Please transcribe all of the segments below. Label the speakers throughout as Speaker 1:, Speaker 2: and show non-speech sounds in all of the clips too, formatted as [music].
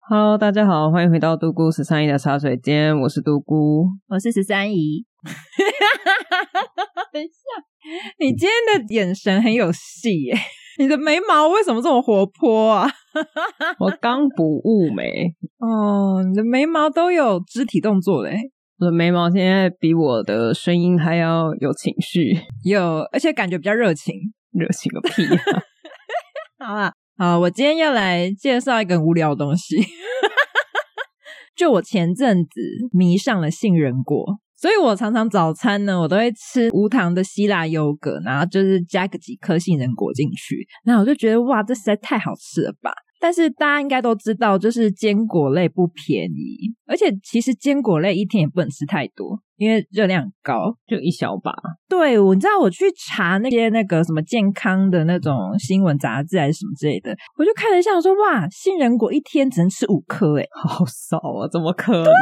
Speaker 1: Hello，大家好，欢迎回到独孤十三姨的茶水间，我是独
Speaker 2: [laughs]
Speaker 1: 孤。
Speaker 2: 我是十三姨。 [laughs] 等一下，你今天的眼神很有戏耶！你的眉毛为什么这么活泼啊？
Speaker 1: 我刚补雾眉，
Speaker 2: 哦，你的眉毛都有肢体动作嘞，
Speaker 1: 我的眉毛现在比我的声音还要有情绪，
Speaker 2: 有，而且感觉比较热情。
Speaker 1: 热情个屁、 [laughs]
Speaker 2: 好啦，啊，我今天要来介绍一个很无聊的东西。 [laughs] 就我前阵子迷上了杏仁果，所以我常常早餐呢，我都会吃无糖的希腊优格，然后就是加个几颗杏仁果进去，然后我就觉得哇，这实在太好吃了吧！但是大家应该都知道，就是坚果类不便宜，而且其实坚果类一天也不能吃太多，因为热量很高。
Speaker 1: 就一小把。
Speaker 2: 对，我你知道我去查那些那个什么健康的那种新闻杂志还是什么之类的，我就看了一下，我说哇，杏仁果一天只能吃五颗，欸诶
Speaker 1: 好少啊，怎么可能？
Speaker 2: [laughs]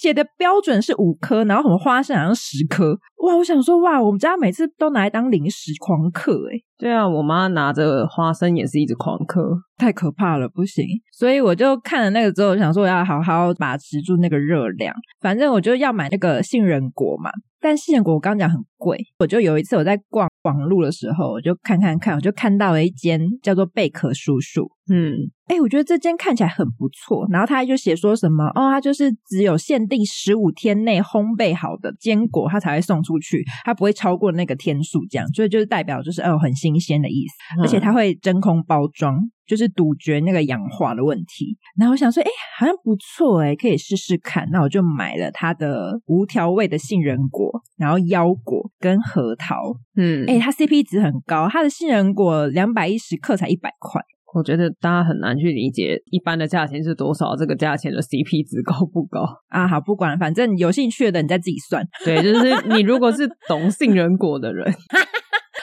Speaker 2: 写的标准是五颗，然后什么花生好像十颗。哇，我想说，哇，我们家每次都拿来当零食狂嗑、欸，
Speaker 1: 对啊，我妈拿着花生也是一直狂嗑。
Speaker 2: 太可怕了，不行。所以我就看了那个之后，我想说我要好好把持住那个热量。反正我就要买那个杏仁果嘛，但杏仁果我刚讲很贵，我就有一次我在逛网路的时候，我就看看看，我就看到了一间叫做贝壳叔叔，
Speaker 1: 嗯，
Speaker 2: 哎、我觉得这间看起来很不错，然后他就写说什么哦，它就是只有限定十五天内烘焙好的坚果，它才会送出去，它不会超过那个天数，这样，所以就是代表就是哦很新鲜的意思，
Speaker 1: 嗯
Speaker 2: 而且它会真空包装，就是杜绝那个氧化的问题。然后我想说，哎，好像不错哎，可以试试看。那我就买了它的无调味的杏仁果，然后腰果跟核桃，
Speaker 1: 嗯，
Speaker 2: 哎，它 CP 值很高，它的杏仁果两百一十克才一百块。
Speaker 1: 我觉得大家很难去理解一般的价钱是多少，这个价钱的 CP 值高不高？ [laughs]
Speaker 2: 啊，好，不管了，反正有兴趣的你再自己算。 [laughs]
Speaker 1: 对，就是你如果是懂杏仁果的人，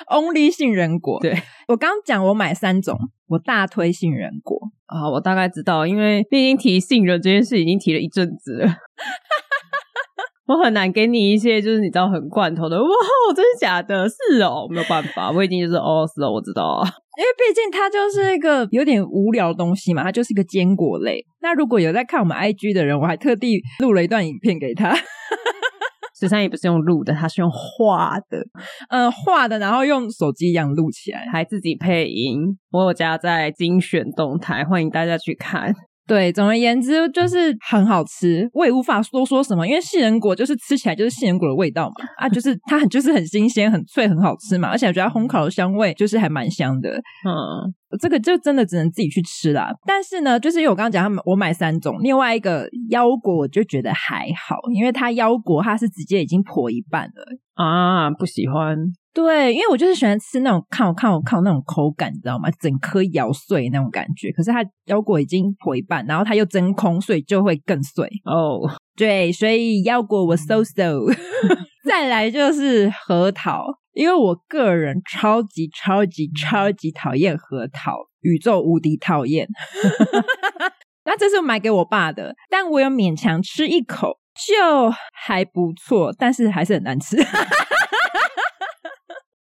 Speaker 2: Only 杏仁果，
Speaker 1: 对
Speaker 2: 我刚讲我买三种，我大推杏仁果。
Speaker 1: 啊，我大概知道，因为毕竟提杏仁这件事已经提了一阵子了。 [laughs] 我很难给你一些就是你知道很罐头的哇，真的假的？是哦，没有办法，我已经就是哦是哦，我知道啊。
Speaker 2: 因为毕竟它就是一个有点无聊的东西嘛，它就是一个坚果类。那如果有在看我们 IG 的人，我还特地录了一段影片给他， [laughs]
Speaker 1: 十三姨不是用录的，她是用画的，
Speaker 2: 嗯、画的，然后用手机一样录起来。
Speaker 1: 还自己配音。我有加在精选动态，欢迎大家去看。
Speaker 2: 对，总而言之就是很好吃，我也无法多说什么，因为杏仁果就是吃起来就是杏仁果的味道嘛，啊，就是它很就是很新鲜、很脆、很好吃嘛，而且我觉得它烘烤的香味就是还蛮香的。
Speaker 1: 嗯，
Speaker 2: 这个就真的只能自己去吃啦。但是呢，就是因为我刚刚讲，他们我买三种，另外一个腰果我就觉得还好，因为它腰果它是直接已经破一半了。
Speaker 1: 啊，不喜欢。
Speaker 2: 对，因为我就是喜欢吃那种看我看我看我那种口感，你知道吗？整颗咬碎那种感觉。可是它腰果已经破一半，然后它又真空，所以就会更碎。
Speaker 1: 哦，
Speaker 2: 对，所以腰果我 so so。再来就是核桃，因为我个人超级超级超级讨厌核桃，宇宙无敌讨厌。 [laughs] 那这是我买给我爸的，但我有勉强吃一口，就还不错，但是还是很难吃。 [laughs]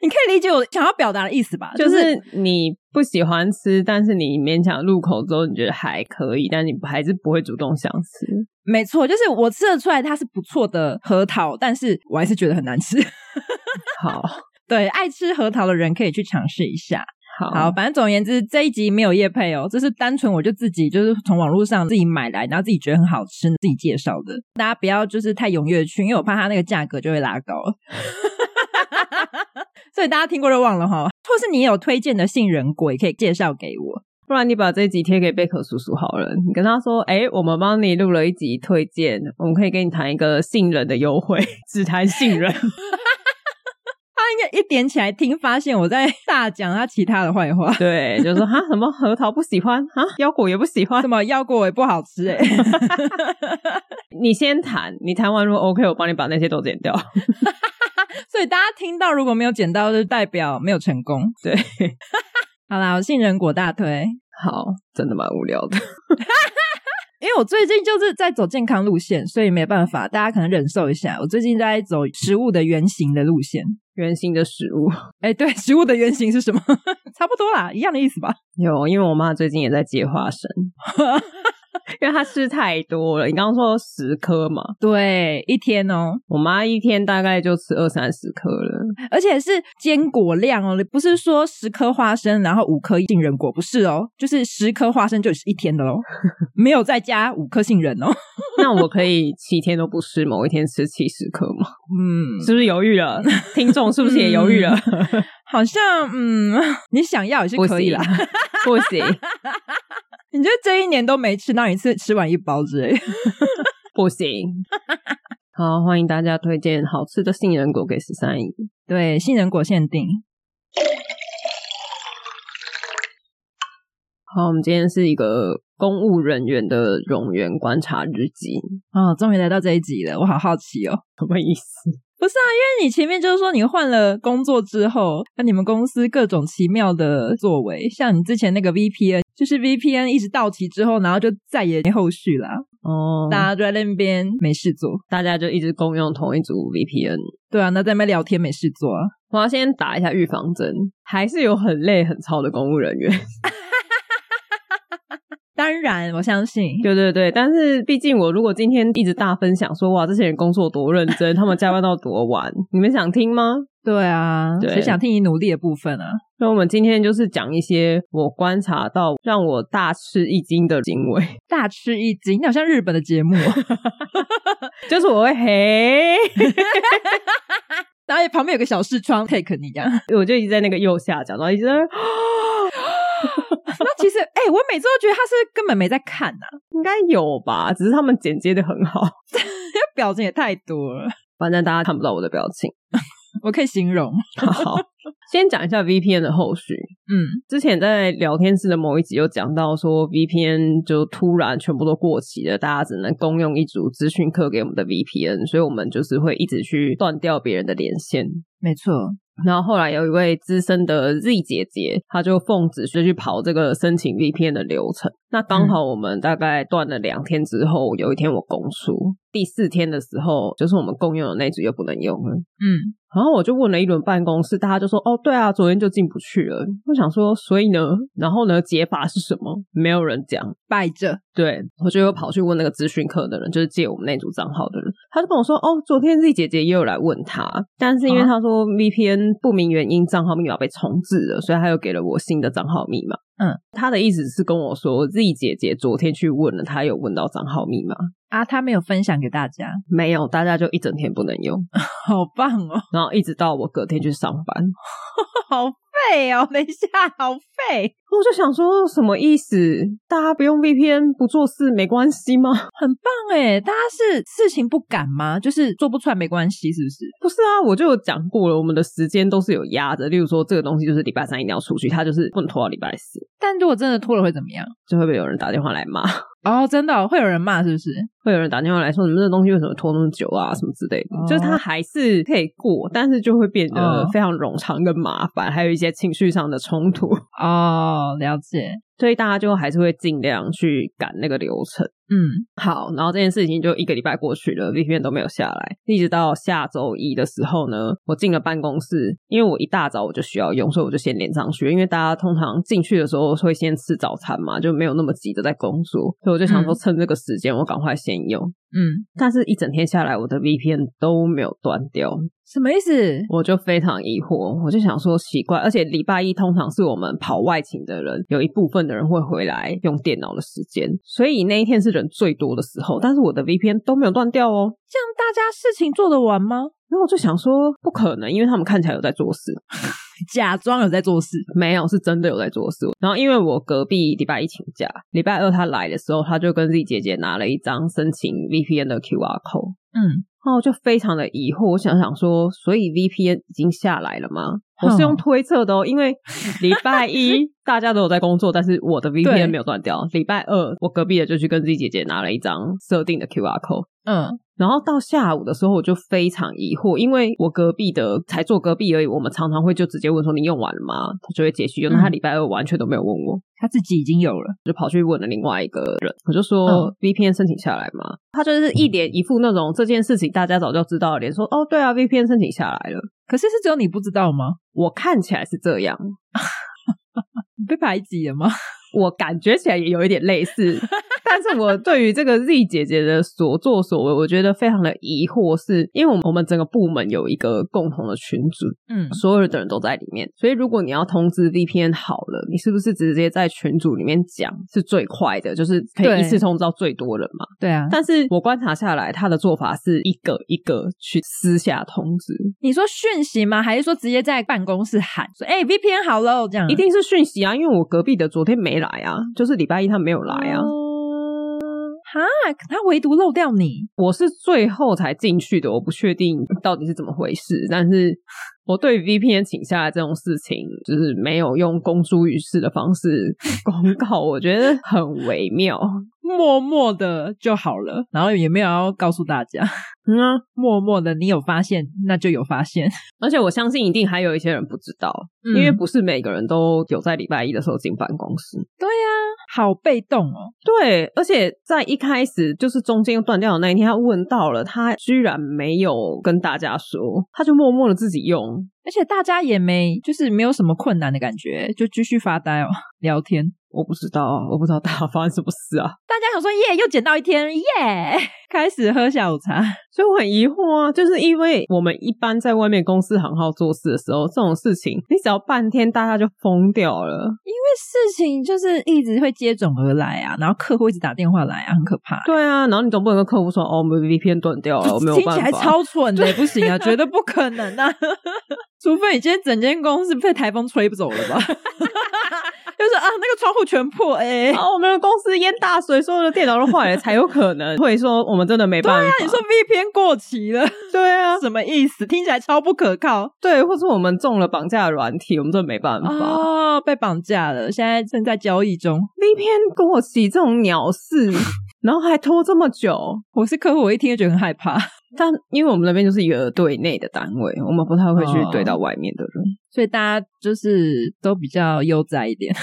Speaker 2: 你可以理解我想要表达的意思吧？
Speaker 1: 就
Speaker 2: 啊就是
Speaker 1: 是你不喜欢吃，但是你勉强入口之后，你觉得还可以，但你还是不会主动想吃。
Speaker 2: 没错，就是我吃得出来它是不错的核桃，但是我还是觉得很难吃。
Speaker 1: 好，
Speaker 2: 对，爱吃核桃的人可以去尝试一下。
Speaker 1: 好，
Speaker 2: 好，反正总而言之，这一集没有叶配哦，这是单纯我就自己就是从网络上自己买来，然后自己觉得很好吃，自己介绍的。大家不要就是太踊跃去，因为我怕它那个价格就会拉高。所 [laughs] 所以大家听过就忘了哈。或是你有推荐的杏仁果，也可以介绍给我。
Speaker 1: 不然你把这集贴给贝壳叔叔好了，你跟他说：“哎、我们帮你录了一集推荐，我们可以跟你谈一个信任的优惠， [laughs] 只谈信任。
Speaker 2: 他应该一点起来听，发现我在大讲他其他的坏话”，
Speaker 1: 对，就说哈什么核桃不喜欢，哈腰果也不喜欢
Speaker 2: 什，么腰果也不好吃哎、欸
Speaker 1: [laughs] 你先谈，你谈完如果 OK，我帮你把那些都剪掉。 [laughs]
Speaker 2: 所以大家听到如果没有捡到，就代表没有成功。
Speaker 1: 对，
Speaker 2: [laughs] 好啦，我杏仁果大推，
Speaker 1: 好，真的蛮无聊的。 [laughs]
Speaker 2: 因为我最近就是在走健康路线，所以没办法，大家可能忍受一下。我最近在走食物的原型的路线。
Speaker 1: 圆形的食物
Speaker 2: 哎，对，食物的原型是什么？ [laughs] 差不多啦，一样的意思吧。
Speaker 1: 有，因为我妈最近也在接花生，因为她吃太多了。你刚刚说十颗嘛，
Speaker 2: 对，一天哦，
Speaker 1: 我妈一天大概就吃二三十颗了。
Speaker 2: 而且是坚果量哦，不是说十颗花生，然后五颗杏仁果，不是哦，就是十颗花生就是一天的喽，没有再加五颗杏仁哦。
Speaker 1: [laughs] 那我可以七天都不吃，某一天吃七十颗吗？
Speaker 2: 嗯，
Speaker 1: 是不是犹豫了？ [laughs] 听众是不是也犹豫了？
Speaker 2: 好像嗯， [laughs] 你想要嗯也是
Speaker 1: 不
Speaker 2: 可以啦。
Speaker 1: 行，不行，
Speaker 2: 你觉得这一年都没吃，那你次吃完一包
Speaker 1: [laughs]
Speaker 2: 之类的？
Speaker 1: 不行。好，欢迎大家推荐好吃的杏仁果给十三姨。
Speaker 2: 对，杏仁果限定。
Speaker 1: 好，我们今天是一个公务人员的冗员观察日记，
Speaker 2: 哦，终于来到这一集了，我好好奇哦。
Speaker 1: 什么意思？
Speaker 2: 不是啊，因为你前面就是说你换了工作之后，那你们公司各种奇妙的作为，像你之前那个 VPN，就是 VPN 一直到期之后，然后就再也没后续啦，
Speaker 1: 哦，
Speaker 2: 大家就在那边没事做。
Speaker 1: 大家就一直共用同一组 VPN。
Speaker 2: 对啊，那在那边聊天没事做啊。
Speaker 1: 我要先打一下预防针，还是有很累很操的公务人员。
Speaker 2: 当然，我相信
Speaker 1: 对对对，但是毕竟我如果今天一直大分享说哇，这些人工作多认真，他们加班到多晚，你们想听吗？
Speaker 2: 对啊，
Speaker 1: 对
Speaker 2: 谁想听你努力的部分啊？
Speaker 1: 那我们今天就是讲一些我观察到让我大吃一惊的行为， [laughs]
Speaker 2: 大吃一惊，你好像日本的节目哦，
Speaker 1: 就是我会嘿， [laughs]
Speaker 2: 然后旁边有个小视窗 take 你这样。
Speaker 1: 我就一直在那个右下角，然后一直在那
Speaker 2: 那其实，哎、我每次都觉得他是根本没在看呐、啊，
Speaker 1: 应该有吧，只是他们剪接的很好，
Speaker 2: 这表情也太多了，
Speaker 1: 反正大家看不到我的表情。 [laughs]
Speaker 2: 我可以形容。
Speaker 1: 好，先讲一下 VPN 的后续。
Speaker 2: 嗯，
Speaker 1: 之前在聊天室的某一集有讲到说，VPN 就突然全部都过期了，大家只能公用一组资讯课给我们的 VPN，所以我们就是会一直去断掉别人的连线。
Speaker 2: 没错。
Speaker 1: 然后后来有一位资深的 Z 姐姐，她就奉旨就去跑这个申请 VPN 的流程。那刚好我们大概断了两天之后，有一天我公出，第四天的时候，就是我们共用的那组又不能用了。
Speaker 2: 嗯，
Speaker 1: 然后我就问了一轮办公室，大家就说：“哦，对啊，昨天就进不去了。”我想说，所以呢，然后呢，解法是什么？没有人讲。
Speaker 2: 摆着，
Speaker 1: 对我就又跑去问那个资讯课的人，就是借我们那组账号的人，他就跟我说：“哦，昨天 Z 姐姐也有来问他，但是因为
Speaker 2: 啊
Speaker 1: 他说 VPN 不明原因账号密码被重置了，所以他又给了我新的账号密码。”
Speaker 2: 嗯，
Speaker 1: 他的意思是跟我说，Z 姐姐昨天去问了，她有问到账号密码，
Speaker 2: 啊，他没有分享给大家，
Speaker 1: 没有，大家就一整天不能用，
Speaker 2: 好棒哦，
Speaker 1: 然后一直到我隔天去上班。
Speaker 2: 好废哦，等一下，好废，
Speaker 1: 我就想说，什么意思？大家不用 VPN 不做事没关系吗？ [laughs]
Speaker 2: 很棒哎，大家是事情不赶吗？就是做不出来没关系，是不是？
Speaker 1: 不是啊，我就有讲过了，我们的时间都是有压着。例如说，这个东西就是礼拜三一定要出去，它就是不能拖到礼拜四，
Speaker 2: 但如果真的拖了会怎么样？
Speaker 1: 就会被有人打电话来骂， [laughs]
Speaker 2: 哦，真的哦、会有人骂，是不是？
Speaker 1: 会有人打电话来说你们这东西为什么拖那么久啊，什么之类的。
Speaker 2: 哦
Speaker 1: 就是它还是可以过，但是就会变得
Speaker 2: 哦
Speaker 1: 非常冗长跟麻烦，还有一些情绪上的冲突， [laughs]
Speaker 2: 哦，了解，
Speaker 1: 所以大家就还是会尽量去赶那个流程。
Speaker 2: 嗯，
Speaker 1: 好，然后这件事情就一个礼拜过去了，VPN 都没有下来，一直到下周一的时候呢，我进了办公室，因为我一大早我就需要用，所以我就先连上去。因为大家通常进去的时候会先吃早餐嘛，就没有那么急着在工作，所以我就想说
Speaker 2: 嗯
Speaker 1: 趁这个时间我赶快先用。
Speaker 2: 嗯，
Speaker 1: 但是，一整天下来，我的 VPN 都没有断掉，
Speaker 2: 什么意思？
Speaker 1: 我就非常疑惑，我就想说奇怪，而且礼拜一通常是我们跑外勤的人有一部分的人会回来用电脑的时间，所以那一天是人最多的时候。但是我的 VPN 都没有断掉哦。
Speaker 2: 这样大家事情做得完吗？
Speaker 1: 然后我就想说，不可能，因为他们看起来有在做事，
Speaker 2: 假装有在做事，
Speaker 1: 没有，是真的有在做事。然后因为我隔壁礼拜一请假，礼拜二他来的时候，他就跟 Z 姐姐拿了一张申请 VPN 的 QR code，
Speaker 2: 嗯，
Speaker 1: 然后哦我就非常的疑惑，我想想说，所以 VPN 已经下来了吗？我是用推测的哦，因为礼拜
Speaker 2: [laughs]
Speaker 1: 一大家都有在工作，但是我的
Speaker 2: 对
Speaker 1: VPN 没有断掉。礼拜二我隔壁的就去跟 Z 姐姐拿了一张设定的 QR code，
Speaker 2: 嗯，
Speaker 1: 然后到下午的时候，我就非常疑惑，因为我隔壁的才坐隔壁而已，我们常常会就直接问说你用完了吗？他就会接续用。
Speaker 2: 嗯
Speaker 1: 那他礼拜二完全都没有问我，
Speaker 2: 他自己已经有了，
Speaker 1: 就跑去问了另外一个人，我就说、
Speaker 2: 嗯
Speaker 1: VPN 申请下来吗？他就是一脸一副那种这件事情大家早就知道的脸，说哦对啊，VPN 申请下来了。
Speaker 2: 可是是只有你不知道吗？
Speaker 1: 我看起来是这样，
Speaker 2: 你被排挤了吗？
Speaker 1: 我感觉起来也有一点类似，但是我对于这个 Z 姐姐的所作所为，我觉得非常的疑惑是，因为我们我们整个部门有一个共同的群组，
Speaker 2: 嗯
Speaker 1: 所有的人都在里面，所以如果你要通知 VPN 好了，你是不是直接在群组里面讲是最快的，就是可
Speaker 2: 对
Speaker 1: 以一次通知到最多人嘛？
Speaker 2: 对啊，
Speaker 1: 但是我观察下来，他的做法是一个一个去私下通知，
Speaker 2: 你说讯息吗？还是说直接在办公室喊说：“哎、v p n 好喽”这样？
Speaker 1: 一定是讯息啊，因为我隔壁的昨天没来啊，就是礼拜一他没有来
Speaker 2: 哦
Speaker 1: 啊。
Speaker 2: 嗯哈，可他唯独漏掉你，
Speaker 1: 我是最后才进去的，我不确定到底是怎么回事。但是我对 VPN 请下来这种事情，就是没有用公诸于世的方式公告，我觉得很微妙。
Speaker 2: 默默的就好了，然后也没有要告诉大家，
Speaker 1: 嗯、啊，
Speaker 2: 默默的你有发现，那就有发现，
Speaker 1: 而且我相信一定还有一些人不知道，因
Speaker 2: 因
Speaker 1: 为
Speaker 2: 为
Speaker 1: 不是每个人都有在礼拜一的时候进办公室。
Speaker 2: 对呀、好被动哦，
Speaker 1: 对，而且在一开始就是中间又断掉的那一天，他问到了，他居然没有跟大家说，他就默默的自己用。
Speaker 2: 而且大家也没就是没有什么困难的感觉，就继续发呆哦，聊天。
Speaker 1: 我不知道啊，我不知道大家发生什么事啊。
Speaker 2: 大家想说耶，又捡到一天耶， [laughs] 开始喝下午茶。
Speaker 1: 所以我很疑惑啊，就是因为我们一般在外面公司行号做事的时候，这种事情你只要半天，大家就疯掉了。
Speaker 2: 事情就是一直会接踵而来啊，然后客户一直打电话来啊，很可怕。
Speaker 1: 对啊，然后你总不能跟客户说哦，我们 VPN 断掉啊了，我没有
Speaker 2: 听
Speaker 1: 办
Speaker 2: 起来
Speaker 1: 法。
Speaker 2: 超蠢的，
Speaker 1: [laughs]
Speaker 2: 不行啊，绝对不可能啊！ [laughs] 除非你今天整间公司被台风吹走了吧？ [laughs] 就是啊，那个窗户全破，哎、
Speaker 1: 啊！我们的公司淹大水，所有的电脑都坏了，才有可能会说我们真的没办法。
Speaker 2: 啊那你说 VPN 过期了， [laughs]
Speaker 1: 对啊，
Speaker 2: 什么意思？听起来超不可靠
Speaker 1: 对，或是我们中了绑架的软体，我们真的没办法。
Speaker 2: 哦！被绑架了，现在正在交易中。
Speaker 1: VPN 过期这种鸟事，然后还拖这么久，
Speaker 2: 我是客户，我一听就觉得很害怕，
Speaker 1: 但因为我们那边就是一个对内的单位，我们不太会去
Speaker 2: 哦
Speaker 1: 对到外面的人。
Speaker 2: 所以大家就是都比较悠哉一点。 [laughs]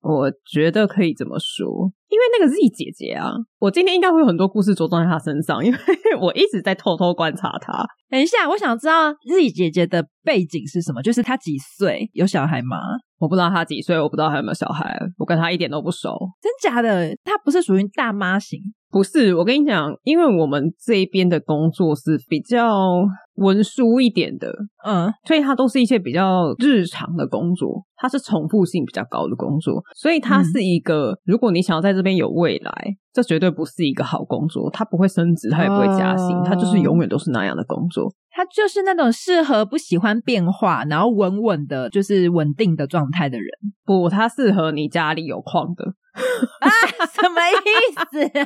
Speaker 1: 我觉得可以这么说，因为那个 Z 姐姐啊，我今天应该会有很多故事着重在她身上，因为 [laughs] 我一直在偷偷观察她。
Speaker 2: 等一下，我想知道日语姐姐的背景是什么，就是她几岁，有小孩吗？
Speaker 1: 我不知道她几岁，我不知道她有没有小孩，我跟她一点都不熟。
Speaker 2: 真假的？她不是属于大妈型，
Speaker 1: 不是，我跟你讲，因为我们这一边的工作是比较文书一点的，
Speaker 2: 嗯，
Speaker 1: 所以它都是一些比较日常的工作，它是重复性比较高的工作，所以它是一个，如果你想要在这边有未来，这绝对不是一个好工作，它不会升职，它也不会加薪，
Speaker 2: 哦
Speaker 1: 它就是永远都是那样的工作。
Speaker 2: 她就是那种适合不喜欢变化，然后稳稳的，就是稳定的状态的人。
Speaker 1: 不，它适合你家里有矿的，
Speaker 2: [laughs] 啊，什么意思、啊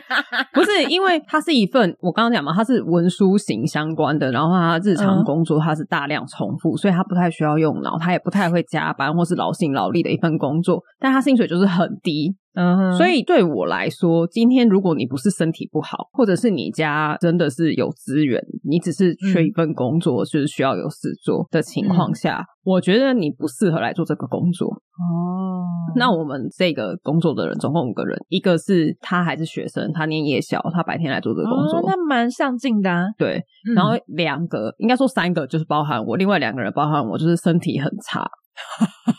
Speaker 1: 不是因为它是一份我刚刚讲嘛，它是文书型相关的，然后它日常
Speaker 2: 嗯
Speaker 1: 工作它是大量重复，所以它不太需要用脑，它也不太会加班或是劳心劳力的一份工作，但它薪水就是很低，
Speaker 2: [laughs] 嗯哼
Speaker 1: 所以对我来说，今天如果你不是身体不好，或者是你家真的是有资源，你只是缺
Speaker 2: 嗯
Speaker 1: 一份工作，就是需要有事做的情况下，我觉得你不适合来做这个工作。
Speaker 2: 哦，
Speaker 1: 那我们这个工作的人总共五个人，一个是他还是学生，他念夜校，他白天来做这个工作。
Speaker 2: 哦、那蛮上进的、啊。
Speaker 1: 对，
Speaker 2: 嗯
Speaker 1: 然后两个、应该说三个，就是包含我，另外两个人包含我，就是身体很差。 [laughs]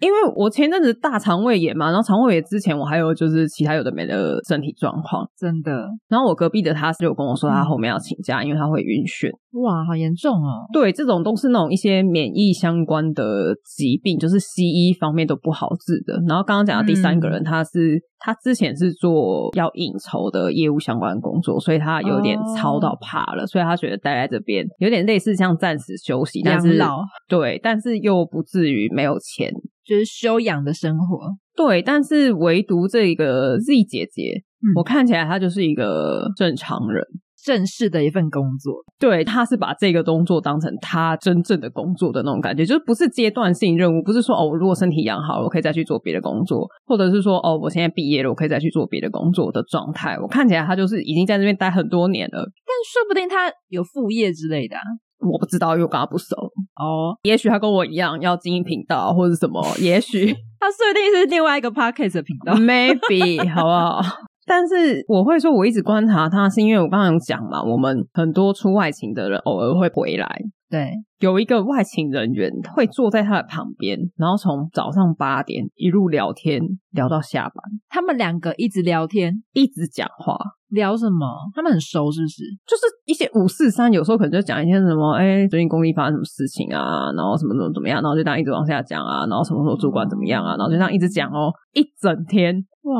Speaker 1: 因为我前阵子大肠胃炎嘛，然后肠胃炎之前我还有就是其他有的没的身体状况，
Speaker 2: 真的
Speaker 1: 然后我隔壁的他就有跟我说他后面要请假，因为他会晕眩。
Speaker 2: 哇，好严重哦！
Speaker 1: 对，这种都是那种一些免疫相关的疾病，就是西医方面都不好治的。然后刚刚讲的第三
Speaker 2: 嗯
Speaker 1: 个人，他是、他之前是做要应酬的业务相关工作，所以他有点
Speaker 2: 哦
Speaker 1: 操到怕了，所以他觉得待在这边有点类似像暂时休息，但
Speaker 2: 养
Speaker 1: 是
Speaker 2: 老
Speaker 1: 对，但是又不至于没有钱。
Speaker 2: 就是休养的生活，
Speaker 1: 对，但是唯独这个 Z 姐姐，
Speaker 2: 嗯
Speaker 1: 我看起来她就是一个正常人。
Speaker 2: 正式的一份工作。
Speaker 1: 对，他是把这个工作当成他真正的工作的那种感觉，就是不是阶段性任务，不是说哦，我如果身体养好了，我可以再去做别的工作，或者是说哦，我现在毕业了，我可以再去做别的工作的状态。我看起来他就是已经在那边待很多年了，
Speaker 2: 但说不定他有副业之类的啊、
Speaker 1: 我不知道，因为我跟他不熟，
Speaker 2: 哦。
Speaker 1: 也许他跟我一样要经营频道或者什么，也许
Speaker 2: 他说不定是另外一个 podcast 的频道。
Speaker 1: Maybe 好不好？但是我会说，我一直观察他，是因为我刚刚有讲嘛，我们很多出外勤的人偶尔会回来，
Speaker 2: 对，
Speaker 1: 有一个外勤人员会坐在他的旁边，然后从早上八点一路聊天聊到下班，
Speaker 2: 他们两个一直聊天，
Speaker 1: 一直讲话，
Speaker 2: 聊什么？他们很熟是不是？
Speaker 1: 就是一些五四三，有时候可能就讲一些什么，哎、最近工地发生什么事情啊，然后什么怎么怎么样，然后就这样一直往下讲啊，然后什么时候主管怎么样啊，然后就这样一直讲哦，一整天。
Speaker 2: 哇，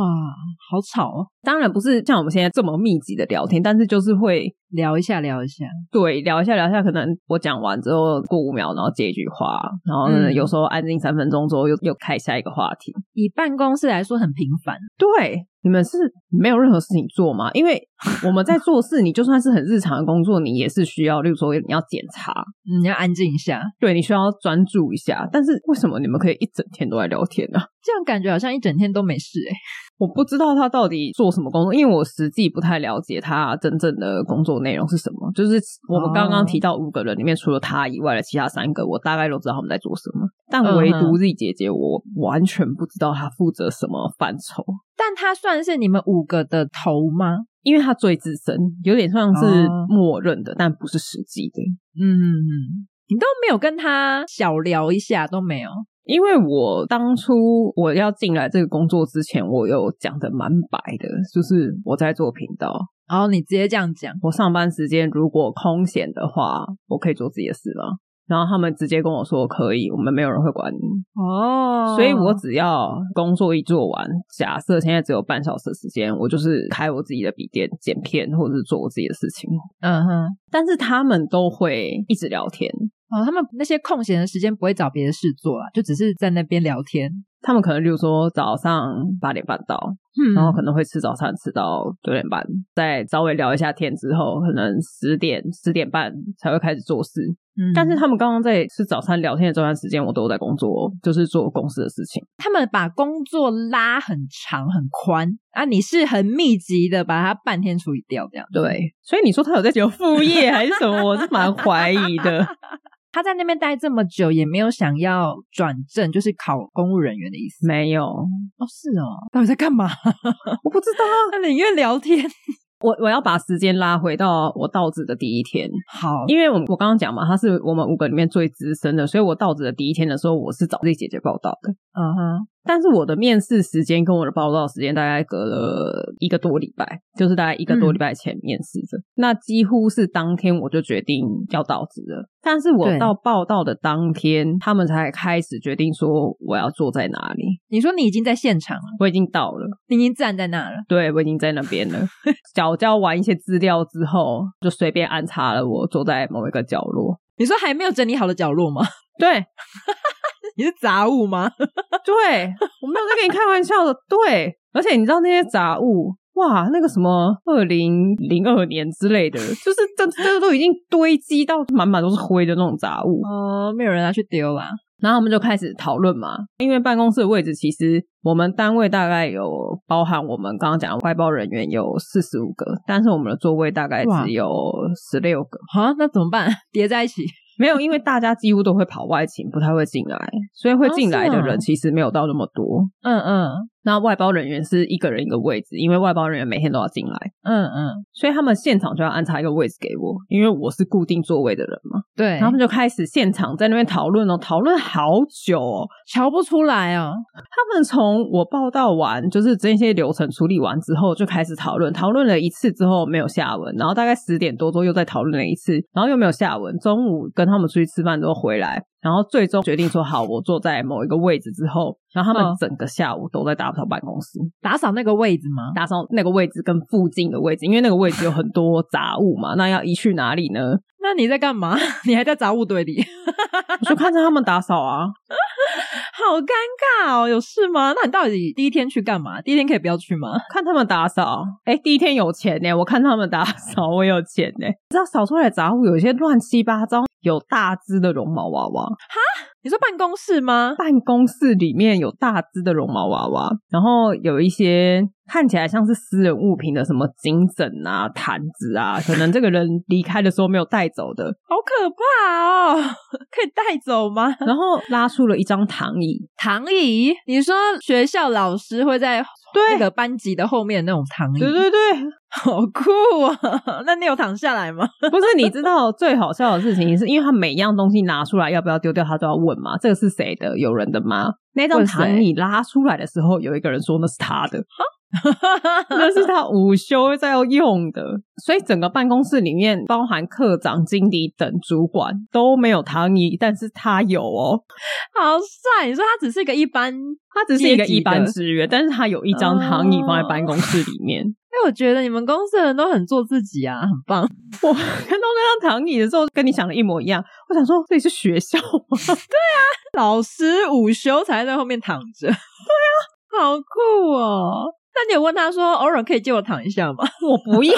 Speaker 2: 好吵哦！
Speaker 1: 当然不是像我们现在这么密集的聊天，但是就是会
Speaker 2: 聊一下，聊一下，
Speaker 1: 对，聊一下聊一下，可能我讲完之后过五秒，然后接一句话，然后呢，
Speaker 2: 嗯
Speaker 1: 有时候安静三分钟之后又又开下一个话题。
Speaker 2: 以办公室来说很频繁。
Speaker 1: 对，你们是没有任何事情做吗？因为我们在做事，你就算是很日常的工作，你也是需要，例如说你要检查，
Speaker 2: 嗯，要安静一下，
Speaker 1: 对你需要专注一下。但是为什么你们可以一整天都在聊天呢、 [laughs]
Speaker 2: 这样感觉好像一整天都没事哎、
Speaker 1: 我不知道他到底做什么工作，因为我实际不太了解他真正的工作内容是什么。就是我们刚刚
Speaker 2: 哦
Speaker 1: 提到五个人里面，除了他以外的其他三个，我大概都知道他们在做什么，但
Speaker 2: 嗯哼
Speaker 1: 唯独 Z 姐姐，我完全不知道她负责什么范畴。
Speaker 2: 但他算是你们五个的头吗？
Speaker 1: 因为他最资深，有点像是
Speaker 2: 哦
Speaker 1: 默认的，但不是实际的。
Speaker 2: 嗯，你都没有跟他小聊一下都没有。
Speaker 1: 因为我当初我要进来这个工作之前，我有讲的蛮白的，就是我在做频道，
Speaker 2: 然后你直接这样讲，
Speaker 1: 我上班时间如果空闲的话，我可以做自己的事吗？然后他们直接跟我说可以，我们没有人会管你，
Speaker 2: 哦
Speaker 1: 所以我只要工作一做完，假设现在只有半小时的时间，我就是开我自己的笔电剪片，或者是做我自己的事情。
Speaker 2: 嗯哼，
Speaker 1: 但是他们都会一直聊天，
Speaker 2: 哦，他们那些空闲的时间不会找别的事做啦，就只是在那边聊天。
Speaker 1: 他们可能，例如说早上八点半到，
Speaker 2: 嗯
Speaker 1: 然后可能会吃早餐吃到九点半，再稍微聊一下天之后，可能十点十点半才会开始做事。
Speaker 2: 嗯
Speaker 1: 但是他们刚刚在吃早餐聊天的这段时间，我都有在工作，就是做公司的事情。
Speaker 2: 他们把工作拉很长很宽啊，你是很密集的把它半天处理掉这样。
Speaker 1: 对，所以你说他有在有副业还是什么，我是蛮怀疑的。
Speaker 2: 他在那边待这么久，也没有想要转正，就是考公务人员的意
Speaker 1: [laughs]
Speaker 2: 思。
Speaker 1: 没有，
Speaker 2: 哦，是哦，到底在干嘛？ [laughs]
Speaker 1: 我不知道。啊
Speaker 2: 他宁愿聊天。
Speaker 1: 我我要把时间拉回到我到职的第一天，
Speaker 2: 好，
Speaker 1: 因为我我刚刚讲嘛，他是我们五个里面最资深的，所以我到职的第一天的时候，我是找丽姐姐报道的。
Speaker 2: 嗯哼，
Speaker 1: 但是我的面试时间跟我的报道时间大概隔了一个多礼拜，就是大概一
Speaker 2: 嗯
Speaker 1: 个多礼拜前面试的。那几乎是当天我就决定要到职了。但是我
Speaker 2: 对
Speaker 1: 到报道的当天，他们才开始决定说我要坐在哪里。
Speaker 2: 你说你已经在现场了，
Speaker 1: 我已经到了，
Speaker 2: 你已经站在那了。
Speaker 1: 对我已经在那边
Speaker 2: [laughs]
Speaker 1: 了。缴交完一些资料之后，就随便安插了我坐在某一个角落。
Speaker 2: 你说还没有整理好的角落吗？ [laughs]
Speaker 1: 对
Speaker 2: 你是杂物吗？
Speaker 1: 对，我没有在跟你开玩笑的。对，而且你知道那些杂物，哇，那个什么二零零二年之类的，就是这这都已经堆积到满满都是灰的那种杂物。
Speaker 2: 哦，没有人拿去丢啦。
Speaker 1: 然后我们就开始讨论嘛，因为办公室的位置其实我们单位大概有包含我们刚刚讲的外包人员有四十五个，但是我们的座位大概
Speaker 2: 哇
Speaker 1: 只有十六个。
Speaker 2: 啊，那怎么办？ [laughs] 叠在一起。
Speaker 1: 没有，因为大家几乎都会跑外勤，不太会进来，所以会进来的
Speaker 2: 哦是
Speaker 1: 人
Speaker 2: 哦
Speaker 1: 其实没有到那么多。
Speaker 2: 嗯嗯，
Speaker 1: 那外包人员是一个人一个位置，因为外包人员每天都要进来，
Speaker 2: 嗯嗯，
Speaker 1: 所以他们现场就要安插一个位置给我，因为我是固定座位的人嘛。
Speaker 2: 对
Speaker 1: 然后他们就开始现场在那边讨论哦，讨论好久哦。
Speaker 2: 瞧不出来哦，
Speaker 1: 他们从我报道完，就是这些流程处理完之后，就开始讨论，讨论了一次之后没有下文，然后大概十点多钟又再讨论了一次，然后又没有下文。中午跟他们出去吃饭之后回来，然后最终决定说好，我坐在某一个位置之后，然后他们
Speaker 2: 嗯
Speaker 1: 整个下午都在打扫办公室，
Speaker 2: 打扫那个位置吗？ [laughs]
Speaker 1: 打扫那个位置跟附近的位置，因为那个位置有很多杂物嘛，那要移去哪里呢？
Speaker 2: 那你在干嘛？ [laughs] 你还在杂物堆里， [laughs]
Speaker 1: 我就看着他们打扫啊，
Speaker 2: 好尴尬哦，有事吗？那你到底第一天去干嘛？第一天可以不要去吗？ [laughs]
Speaker 1: 看他们打扫，哎、第一天有钱呢、我看他们打扫，我有钱呢、你知道扫出来的杂物有一些乱七八糟，有大只的绒毛娃娃，
Speaker 2: 你说办公室吗？
Speaker 1: 办公室里面有大只的绒毛娃娃，然后有一些看起来像是私人物品的什么颈枕啊、毯子啊，可能这个人离开的时候没有带走的，
Speaker 2: 好可怕哦， [laughs] 可以带走吗？
Speaker 1: 然后拉出了一张躺椅，
Speaker 2: 躺椅？你说学校老师会在
Speaker 1: 对
Speaker 2: 那个班级的后面那种躺椅？
Speaker 1: 对对对，
Speaker 2: 好酷啊！ [laughs] 那你有躺下来吗？
Speaker 1: [laughs]
Speaker 2: [laughs]
Speaker 1: 不是，你知道最好笑的事情是，因为他每样东西拿出来要不要丢掉，他都要问嘛，这个是谁的？有人的吗？那张
Speaker 2: 问谁啊
Speaker 1: 躺椅拉出来的时候，有一个人说那是他的， [laughs] 那是他午休在要用的，所以整个办公室里面，包含科长、经理等主管都没有躺椅，但是他有哦，
Speaker 2: 好帅！你说他只是一个一般，因
Speaker 1: 他只是一个
Speaker 2: 阶级的哦
Speaker 1: 一般职员，但是他有一张躺椅放在办公室里面。 [laughs]
Speaker 2: 为我觉得你们公司的人都很做自己啊，很棒。
Speaker 1: 我看到那张躺椅的时候，跟你想的一模一样，我想说这里是学校吗？ [laughs]
Speaker 2: 老师午休才在后面躺着， [laughs] 对啊，好酷哦！那你有问他说，偶尔可以借我躺一下吗？ [laughs]
Speaker 1: 我不要，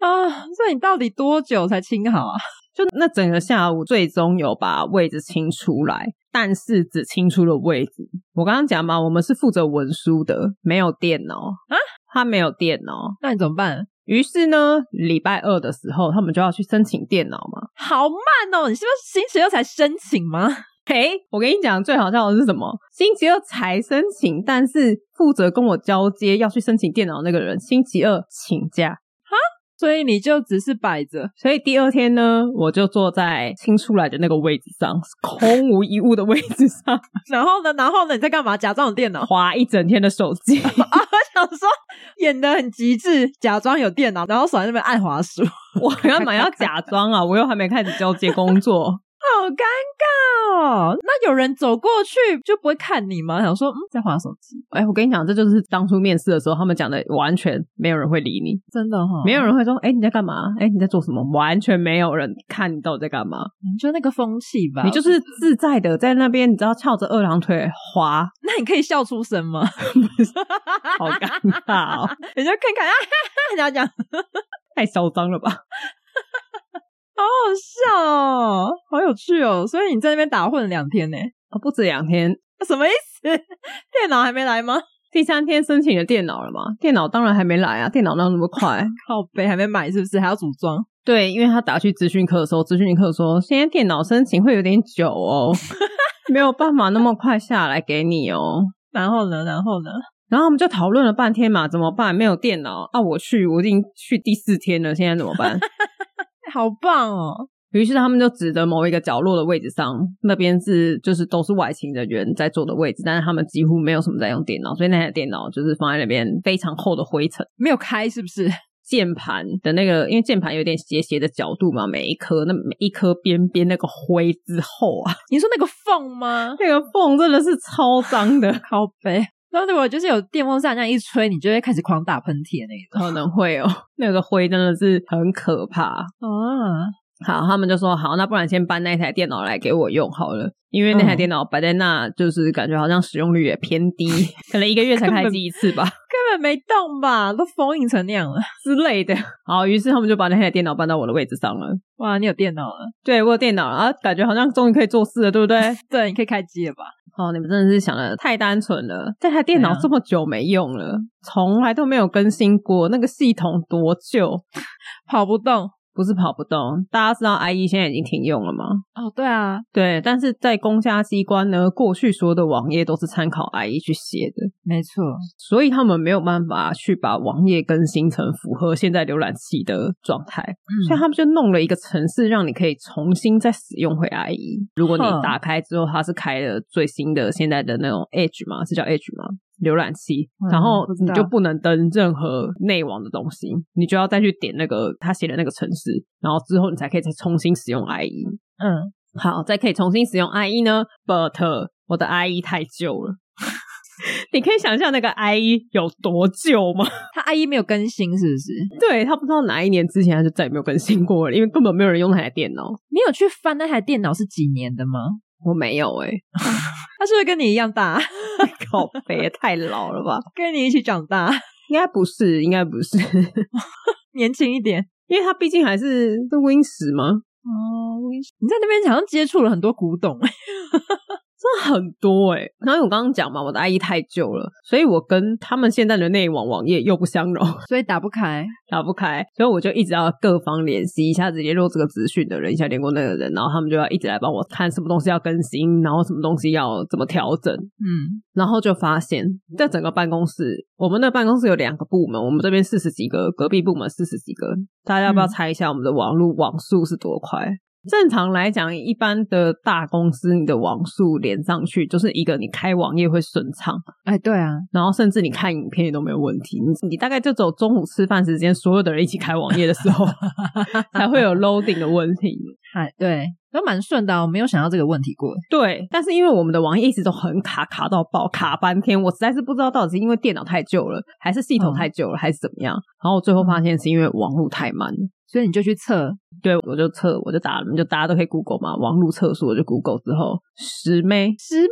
Speaker 2: 啊，所以你到底多久才清好啊？
Speaker 1: 就那整个下午，最终有把位置清出来，但是只清出了位置。我刚刚讲嘛，我们是负责文书的，没有电脑啊，他没有电脑。
Speaker 2: 那你怎么办？
Speaker 1: 于是呢，礼拜二的时候，他们就要去申请电脑嘛。
Speaker 2: 好慢哦！你是不是星期六才申请吗？
Speaker 1: 嘿，我跟你讲，最好笑的是什么？星期二才申请，但是负责跟我交接要去申请电脑那个人，星期二请假。
Speaker 2: 所以你就只是摆着，
Speaker 1: 所以第二天呢，我就坐在清出来的那个位置上，空无一物的位置上，
Speaker 2: 然后呢，然后呢，你在干嘛？假装有电脑， [laughs]
Speaker 1: 划一整天的手机。
Speaker 2: 想说演的很极致，假装有电脑，然后手在那边按滑鼠，好
Speaker 1: 我干嘛要假装啊？我又还没开始交接工作。 [laughs]
Speaker 2: 尴尬哦。那有人走过去就不会看你吗？想说，嗯，在滑手机，
Speaker 1: 哎、我跟你讲，这就是当初面试的时候他们讲的，完全没有人会理你，
Speaker 2: 真的哈、哦，
Speaker 1: 没有人会说，哎、你在干嘛？哎、你在做什么？完全没有人看你到底在干嘛，
Speaker 2: 就那个风气吧。
Speaker 1: 你就是自在的在那边，你知道翘着二郎腿滑，
Speaker 2: 那你可以笑出声吗？ [laughs]
Speaker 1: 好尴尬哦，
Speaker 2: 你就看看啊，哈 [laughs] 哈然后讲，
Speaker 1: 太嚣张了吧？
Speaker 2: 好好笑哦，好有趣哦。所以你在那边打混两天呢？
Speaker 1: 啊，不止两天，
Speaker 2: 什么意思？ [laughs] 电脑还没来吗？
Speaker 1: 第三天申请了电脑了嘛？电脑当然还没来啊，电脑哪有那么快？
Speaker 2: 靠北还没买是不是？还要组装？
Speaker 1: 对，因为他打去资讯课的时候，资讯课说现在电脑申请会有点久哦，没有办法那么快下来给你哦。
Speaker 2: 然后呢？然后呢？
Speaker 1: 然后我们就讨论了半天嘛，怎么办？没有电脑啊，我去，我已经去第四天了，现在怎么办？
Speaker 2: 好棒哦！
Speaker 1: 于是他们就指着某一个角落的位置上，那边是就是都是外勤人员在坐的位置，但是他们几乎没有什么在用电脑，所以那台电脑就是放在那边非常厚的灰尘。
Speaker 2: 没有开是不是？
Speaker 1: 键盘的那个，因为键盘有点斜斜的角度嘛，每一颗那每一颗边边那个灰之后啊，
Speaker 2: 你说那个缝吗？，
Speaker 1: 那个缝真的是超脏的
Speaker 2: 靠北。然后如果就是有电风扇那样一吹，你就会开始狂打喷嚏的那
Speaker 1: 可能会哦，那个灰真的是很可怕。
Speaker 2: 种啊！
Speaker 1: 好，他们就说好，那不然先搬那台电脑来给我用好了，因为那台
Speaker 2: 嗯
Speaker 1: 电脑摆在那，就是感觉好像使用率也偏低，可能一个月才
Speaker 2: [laughs] 根
Speaker 1: 开
Speaker 2: 本
Speaker 1: 机一次吧。
Speaker 2: 根本没动吧，都封印成那样了。
Speaker 1: 之类的，好，于是他们就把那台电脑搬到我的位置上了。
Speaker 2: 哇，你有电脑了，
Speaker 1: 对我有电脑了啊，感觉好像终于可以做事了，对不对？
Speaker 2: 对，你可以开机了吧？
Speaker 1: 哦，你们真的是想的太单纯了。这台电脑
Speaker 2: 对啊
Speaker 1: 这么久没用了，从来都没有更新过，那个系统多旧？
Speaker 2: 跑不动，
Speaker 1: 不是跑不动。大家知道 IE 现在已经停用了吗？
Speaker 2: 哦，对啊，
Speaker 1: 对，但是在公家机关呢，过去所有的网页都是参考 IE 去写的，
Speaker 2: 没错，
Speaker 1: 所以他们没有办法去把网页更新成符合现在浏览器的状态，所以
Speaker 2: 嗯，
Speaker 1: 他们就弄了一个程式，让你可以重新再使用回 IE。如果你
Speaker 2: 哼
Speaker 1: 打开之后，它是开了最新的现在的那种 Edge 嘛，是叫 Edge 吗？浏览器
Speaker 2: 嗯，
Speaker 1: 然后
Speaker 2: 不知
Speaker 1: 你
Speaker 2: 道
Speaker 1: 就不能登任何内网的东西，你就要再去点那个他写的那个程式，然后之后你才可以再重新使用 E IE。
Speaker 2: 嗯，
Speaker 1: 好，再可以重新使用 IE 呢，but 我的 IE 太旧了。 [laughs] 你可以想象那个 IE 有多旧吗？ [laughs]
Speaker 2: 他 IE 没有更新是不是？
Speaker 1: 对他不知道哪一年之前他就再也没有更新过了，因为根本没有人用那台电脑。
Speaker 2: 你有去翻那台电脑是几年的吗？
Speaker 1: 我没有哎、
Speaker 2: 它是不是跟你一样大，
Speaker 1: 靠北也太老了吧？
Speaker 2: 跟你一起长大，
Speaker 1: 应该不是，应该不是， [laughs]
Speaker 2: 年轻一点？
Speaker 1: 因为它毕竟还是是 Win 十吗？
Speaker 2: 哦，你在那边好像接触了很多古董，欸
Speaker 1: 真的很多哎、然后因为我刚刚讲嘛，我的 IE 太旧了，所以我跟他们现在的内网网页又不相容。
Speaker 2: 所以打不开。
Speaker 1: 打不开，所以我就一直要各方联系，一下子联络这个资讯的人，一下联络那个人，然后他们就要一直来帮我看什么东西要更新，然后什么东西要怎么调整，
Speaker 2: 嗯，
Speaker 1: 然后就发现，在整个办公室，我们的办公室有两个部门，我们这边四十几个，隔壁部门四十几个，大家要不要
Speaker 2: 嗯
Speaker 1: 猜一下我们的网络网速是多快？正常来讲，一般的大公司，你的网速连上去就是一个你开网页会顺畅，
Speaker 2: 哎，对啊，
Speaker 1: 然后甚至你看影片也都没有问题，你你大概就走中午吃饭时间，所有的人一起开网页的时候， [laughs] 才会有 loading 的问题。
Speaker 2: 哎，对，都蛮顺的、啊，我没有想到这个问题过。
Speaker 1: 对，但是因为我们的网页一直都很卡，卡到爆，卡半天，我实在是不知道到底是因为电脑太旧了，还是系统太旧了，还是怎么样。然后我最后发现是因为网路太慢了。
Speaker 2: 所以你就去测，
Speaker 1: 对，我就测，我就打，你就大家都可以 Google 嘛，网路测速，我就 Google 之后，十妹，
Speaker 2: 十妹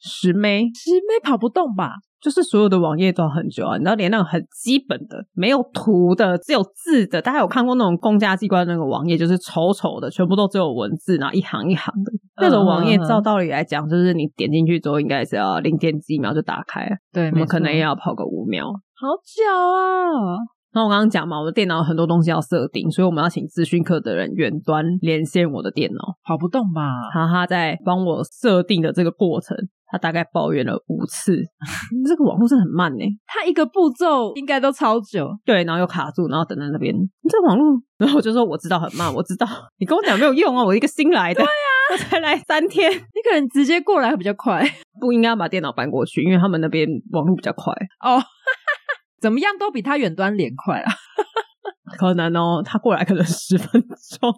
Speaker 1: 十妹，
Speaker 2: 十妹跑不动吧？
Speaker 1: 就是所有的网页都要很久啊，你知道，连那种很基本的、没有图的、只有字的，大家有看过那种公家机关那个网页，就是丑丑的，全部都只有文字，然后一行一行的那种网页
Speaker 2: 嗯嗯，嗯
Speaker 1: 照道理来讲，就是你点进去之后，应该是要零点几秒就打开，
Speaker 2: 对，
Speaker 1: 我
Speaker 2: 没
Speaker 1: 们可
Speaker 2: 错
Speaker 1: 能也要跑个五秒。
Speaker 2: 好久啊。
Speaker 1: 那我刚刚讲嘛，我的电脑有很多东西要设定，所以我们要请咨询课的人远端连线我的电脑，
Speaker 2: 跑不动吧？
Speaker 1: 哈哈，在帮我设定的这个过程，他大概抱怨了五
Speaker 2: [laughs]
Speaker 1: 次，这个网络是很慢呢、欸
Speaker 2: 他一个步骤应该都超久，
Speaker 1: 对，然后又卡住，然后等在那边，你这网络，然后我就说我知道很慢，我知道，你跟我讲没有用啊，我一个新来的，对呀、我才来三天，
Speaker 2: 你可能直接过来会比较快
Speaker 1: 不应该把电脑搬过去，因为他们那边网络比较快，
Speaker 2: 哦。 [laughs] 怎么样都比他远端连快啊！
Speaker 1: 可能哦，他过来可能十分钟，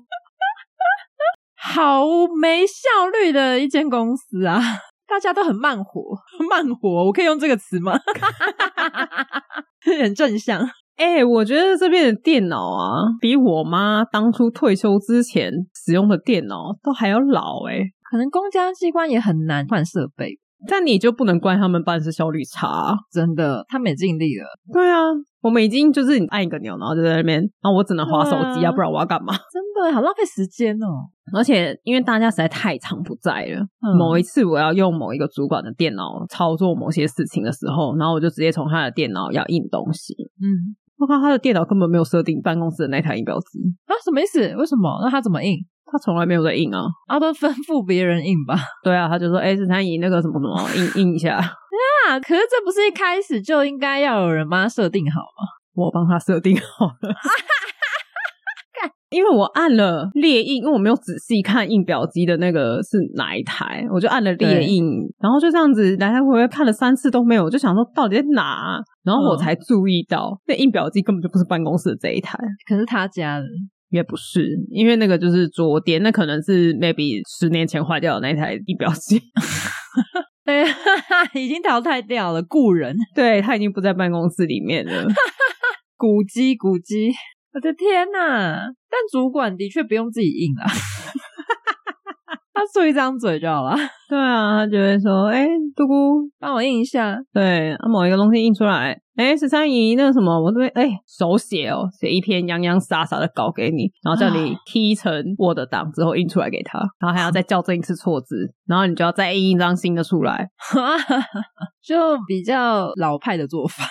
Speaker 2: 好没效率的一间公司啊！大家都很慢活， [laughs] 慢活，我可以用这个词吗？ [laughs] 很正向，
Speaker 1: 哎、我觉得这边的电脑啊，比我妈当初退休之前使用的电脑都还要老哎、
Speaker 2: 可能公家机关也很难换设备，
Speaker 1: 但你就不能怪他们办事效率差啊、
Speaker 2: 真的，他们也尽力了，
Speaker 1: 对啊，我们已经就是你按一个钮，然后就在那边，然后我只能划手机
Speaker 2: 对啊
Speaker 1: 要不然我要干嘛？
Speaker 2: 真的好浪费时间哦。
Speaker 1: 而且因为大家实在太常不在了，
Speaker 2: 嗯
Speaker 1: 某一次我要用某一个主管的电脑操作某些事情的时候，然后我就直接从他的电脑要印东西。
Speaker 2: 嗯
Speaker 1: 我靠，他的电脑根本没有设定办公室的那台印表机，
Speaker 2: 啊，什么意思？为什么？那他怎么印？
Speaker 1: 他从来没有在印啊。
Speaker 2: 啊，都吩咐别人印吧。 [laughs]
Speaker 1: 对啊，他就说：“哎、欸，三姨那个什么什么，印印一下，
Speaker 2: 啊，可是这不是一开始就应该要有人帮他设定好吗？
Speaker 1: 我帮他设定好了。” [laughs] 因为我按了列印，因为我没有仔细看印表机的那个是哪一台，我就按了列印，然后就这样子来来回回看了三次都没有，我就想说到底在哪啊、然后我
Speaker 2: 嗯
Speaker 1: 才注意到，那印表机根本就不是办公室的这一台，
Speaker 2: 可是他家的，
Speaker 1: 也不是，因为那个就是桌垫，那可能是 maybe 十年前坏掉的那一台印表机， [laughs]
Speaker 2: [laughs] 哎，已经淘汰掉了故人，
Speaker 1: 对，它已经不在办公室里面了。
Speaker 2: 古迹古迹。我的天呐！但主管的确不用自己印啊， [laughs] 他出一张嘴就好了，
Speaker 1: 对啊，他就会说，哎、嘟咕，
Speaker 2: 帮我印一下。
Speaker 1: 对，啊、某一个东西印出来，哎、十三姨那个什么，我这边哎、手写哦，写一篇洋洋洒洒的稿给你，然后叫你
Speaker 2: 啊
Speaker 1: T 成 Word 档之后印出来给他，然后还要再校正一次错字，然后你就要再印一张新的出来。
Speaker 2: 就比较老派的做法，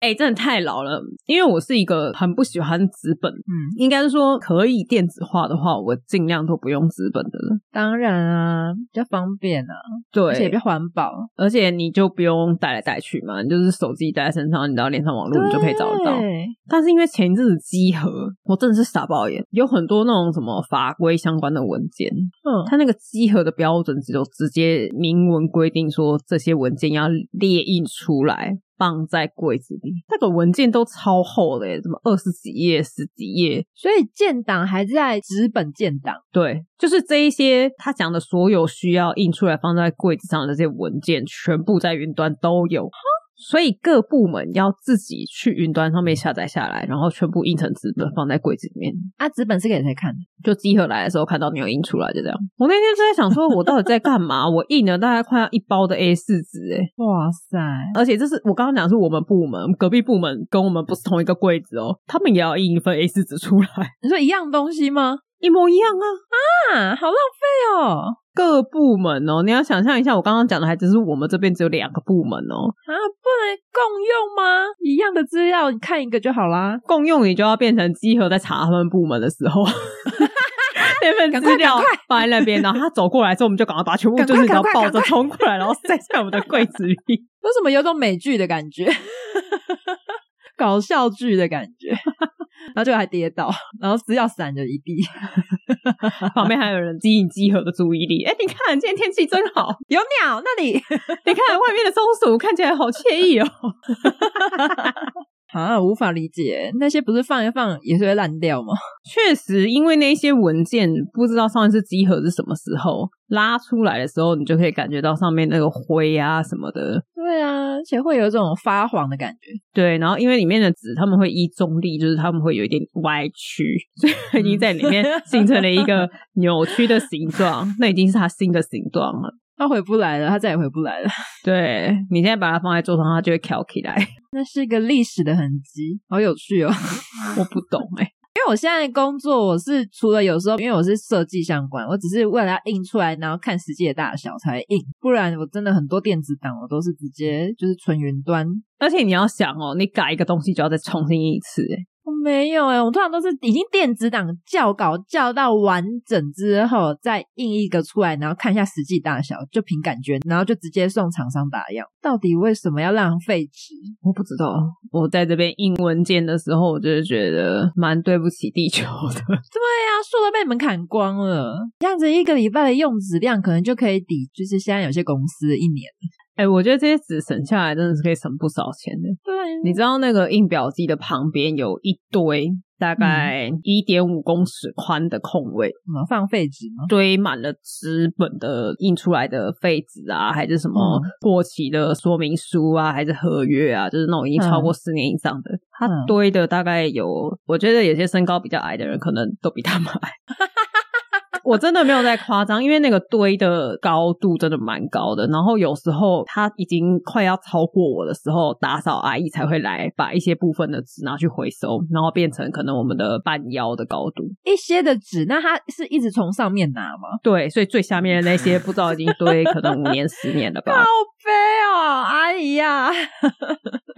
Speaker 1: 哎、真的太老了，因为我是一个很不喜欢纸本，
Speaker 2: 嗯，
Speaker 1: 应该是说可以电子化的话，我尽量都不用纸本的了。
Speaker 2: 当然啊，比较方便啊，
Speaker 1: 对，
Speaker 2: 而且也比较环保，
Speaker 1: 而且你就不用带来带去嘛，你就是手机带在身上，你只要连上网络，你就可以找得到。
Speaker 2: 对
Speaker 1: 但是因为前一阵子集合，我真的是傻爆眼，有很多那种什么法规相关的文件，
Speaker 2: 嗯，
Speaker 1: 它那个集合的标准只有直接明文规定说这些文件要列印出来。放在柜子里，那个文件都超厚的耶，怎么二十几页、十几页？
Speaker 2: 所以建档还在纸本建档，
Speaker 1: 对，就是这一些他讲的所有需要印出来放在柜子上的这些文件，全部在云端都有。所以各部门要自己去云端上面下载下来，然后全部印成纸本放在柜子里面。
Speaker 2: 啊，纸本是给谁看的？
Speaker 1: 就集合来的时候看到你有印出来，就这样。我那天就在想说，我到底在干嘛？ [laughs] 我印了大概快要一包的 A 四纸，哎，
Speaker 2: 哇塞，
Speaker 1: 而且这是我刚刚讲的是我们部门，隔壁部门跟我们不是同一个柜子哦，他们也要印一份 A 四纸出来，
Speaker 2: 你说一样东西吗？
Speaker 1: 一模一样啊。
Speaker 2: 啊，好浪费哦！
Speaker 1: 各部门哦，你要想象一下，我刚刚讲的还只是我们这边只有两个部门哦，
Speaker 2: 啊，不能共用吗？一样的资料，你看一个就好啦。
Speaker 1: 共用你就要变成集合在查他们部门的时
Speaker 2: [laughs]
Speaker 1: 候。那份
Speaker 2: 赶快
Speaker 1: 资料
Speaker 2: 赶快
Speaker 1: 放在那边，然后他走过来之后，我们就赶快把它全部
Speaker 2: 赶
Speaker 1: 就
Speaker 2: 快
Speaker 1: 是你要
Speaker 2: 赶快
Speaker 1: 抱着
Speaker 2: 赶快
Speaker 1: 冲过来，然后塞在我们的柜子里。
Speaker 2: 为什么有种美剧的感觉？ [laughs] 搞笑剧的感觉， [laughs] 然后就还跌倒，然后资料散着一地。 [laughs]
Speaker 1: [laughs] 旁边还有人吸引集合的注意力。哎、你看今天天气真好， [laughs]
Speaker 2: 有鸟那里 [laughs]
Speaker 1: 你看外面的松鼠看起来好惬意哦。 [laughs]
Speaker 2: 啊，无法理解，那些不是放一放也是会烂掉吗？
Speaker 1: 确实，因为那些文件不知道上一次集合是什么时候拉出来的时候，你就可以感觉到上面那个灰啊什么的。
Speaker 2: 对啊，而且会有一种发黄的感觉。
Speaker 1: 对，然后因为里面的纸他们会依重力，就是他们会有一点歪曲， [laughs] 所以它已经在里面形成了一个扭曲的形状， [laughs] 那已经是它新的形状了。
Speaker 2: 他回不来了，他再也回不来了。
Speaker 1: 对你现在把它放在桌上，它就会翘起来。 [laughs]
Speaker 2: 那是一个历史的痕迹，好有趣哦。
Speaker 1: 我不懂哎、
Speaker 2: 因为我现在工作，我是除了有时候因为我是设计相关，我只是为了要印出来，然后看实际的大小才印，不然我真的很多电子档我都是直接就是存云端。
Speaker 1: 而且你要想哦，你改一个东西就要再重新印一次，哎，
Speaker 2: 我没有哎、我通常都是已经电子档校稿校到完整之后，再印一个出来，然后看一下实际大小，就凭感觉，然后就直接送厂商打样。到底为什么要浪费纸？
Speaker 1: 我不知
Speaker 2: 啊
Speaker 1: 道。我在这边印文件的时候，我就是觉得蛮对不起地球的。 [laughs]
Speaker 2: 对啊，树都被你们砍光了，这样子一个礼拜的用纸量可能就可以抵，就是现在有些公司一年。
Speaker 1: 哎、我觉得这些纸省下来真的是可以省不少钱的。
Speaker 2: 对
Speaker 1: 你知道那个印表机的旁边有一堆大概一点五公尺宽的空位，
Speaker 2: 什么放废纸吗？
Speaker 1: 堆满了纸本的印出来的废纸啊，还是什么
Speaker 2: 嗯
Speaker 1: 过期的说明书啊，还是合约啊，就是那种已经超过十年以上的，他
Speaker 2: 嗯
Speaker 1: 堆的大概有，我觉得有些身高比较矮的人可能都比他们矮。 [laughs] 我真的没有在夸张，因为那个堆的高度真的蛮高的，然后有时候它已经快要超过我的时候，打扫阿姨才会来把一些部分的纸拿去回收，然后变成可能我们的半腰的高度。
Speaker 2: 一些的纸，那它是一直从上面拿吗？
Speaker 1: 对，所以最下面的那些不知道已经堆可能五年、十年了吧。
Speaker 2: 悲哦，阿姨呀、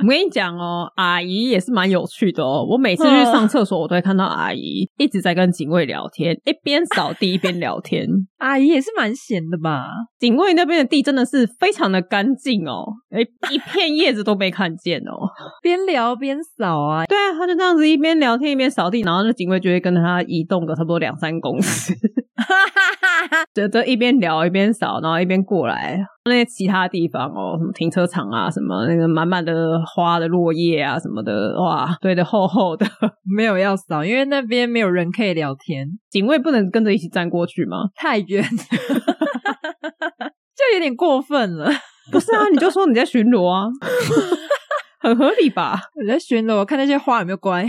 Speaker 1: 我跟你讲哦，阿姨也是蛮有趣的哦。我每次去上厕所，我都会看到阿姨一直在跟警卫聊天，一边扫地一边聊天。
Speaker 2: [laughs] 阿姨也是蛮闲的吧？
Speaker 1: 警卫那边的地真的是非常的干净哦，哎，一片叶子都没看见哦。
Speaker 2: 边聊边扫啊，
Speaker 1: 对啊，他就这样子一边聊天一边扫地，然后那警卫就会跟他移动个差不多两三公尺，就这一边聊一边扫，然后一边过来。那些其他地方哦，什么停车场啊，什么那个满满的花的落叶啊，什么的，哇，堆的厚厚的。
Speaker 2: 没有要扫，因为那边没有人可以聊天，
Speaker 1: 警卫不能跟着一起站过去吗？
Speaker 2: 太远了， [laughs] 就有点过分了。
Speaker 1: 不是啊，你就说你在巡逻啊，很合理吧？
Speaker 2: 我在巡逻，我看那些花有没有乖，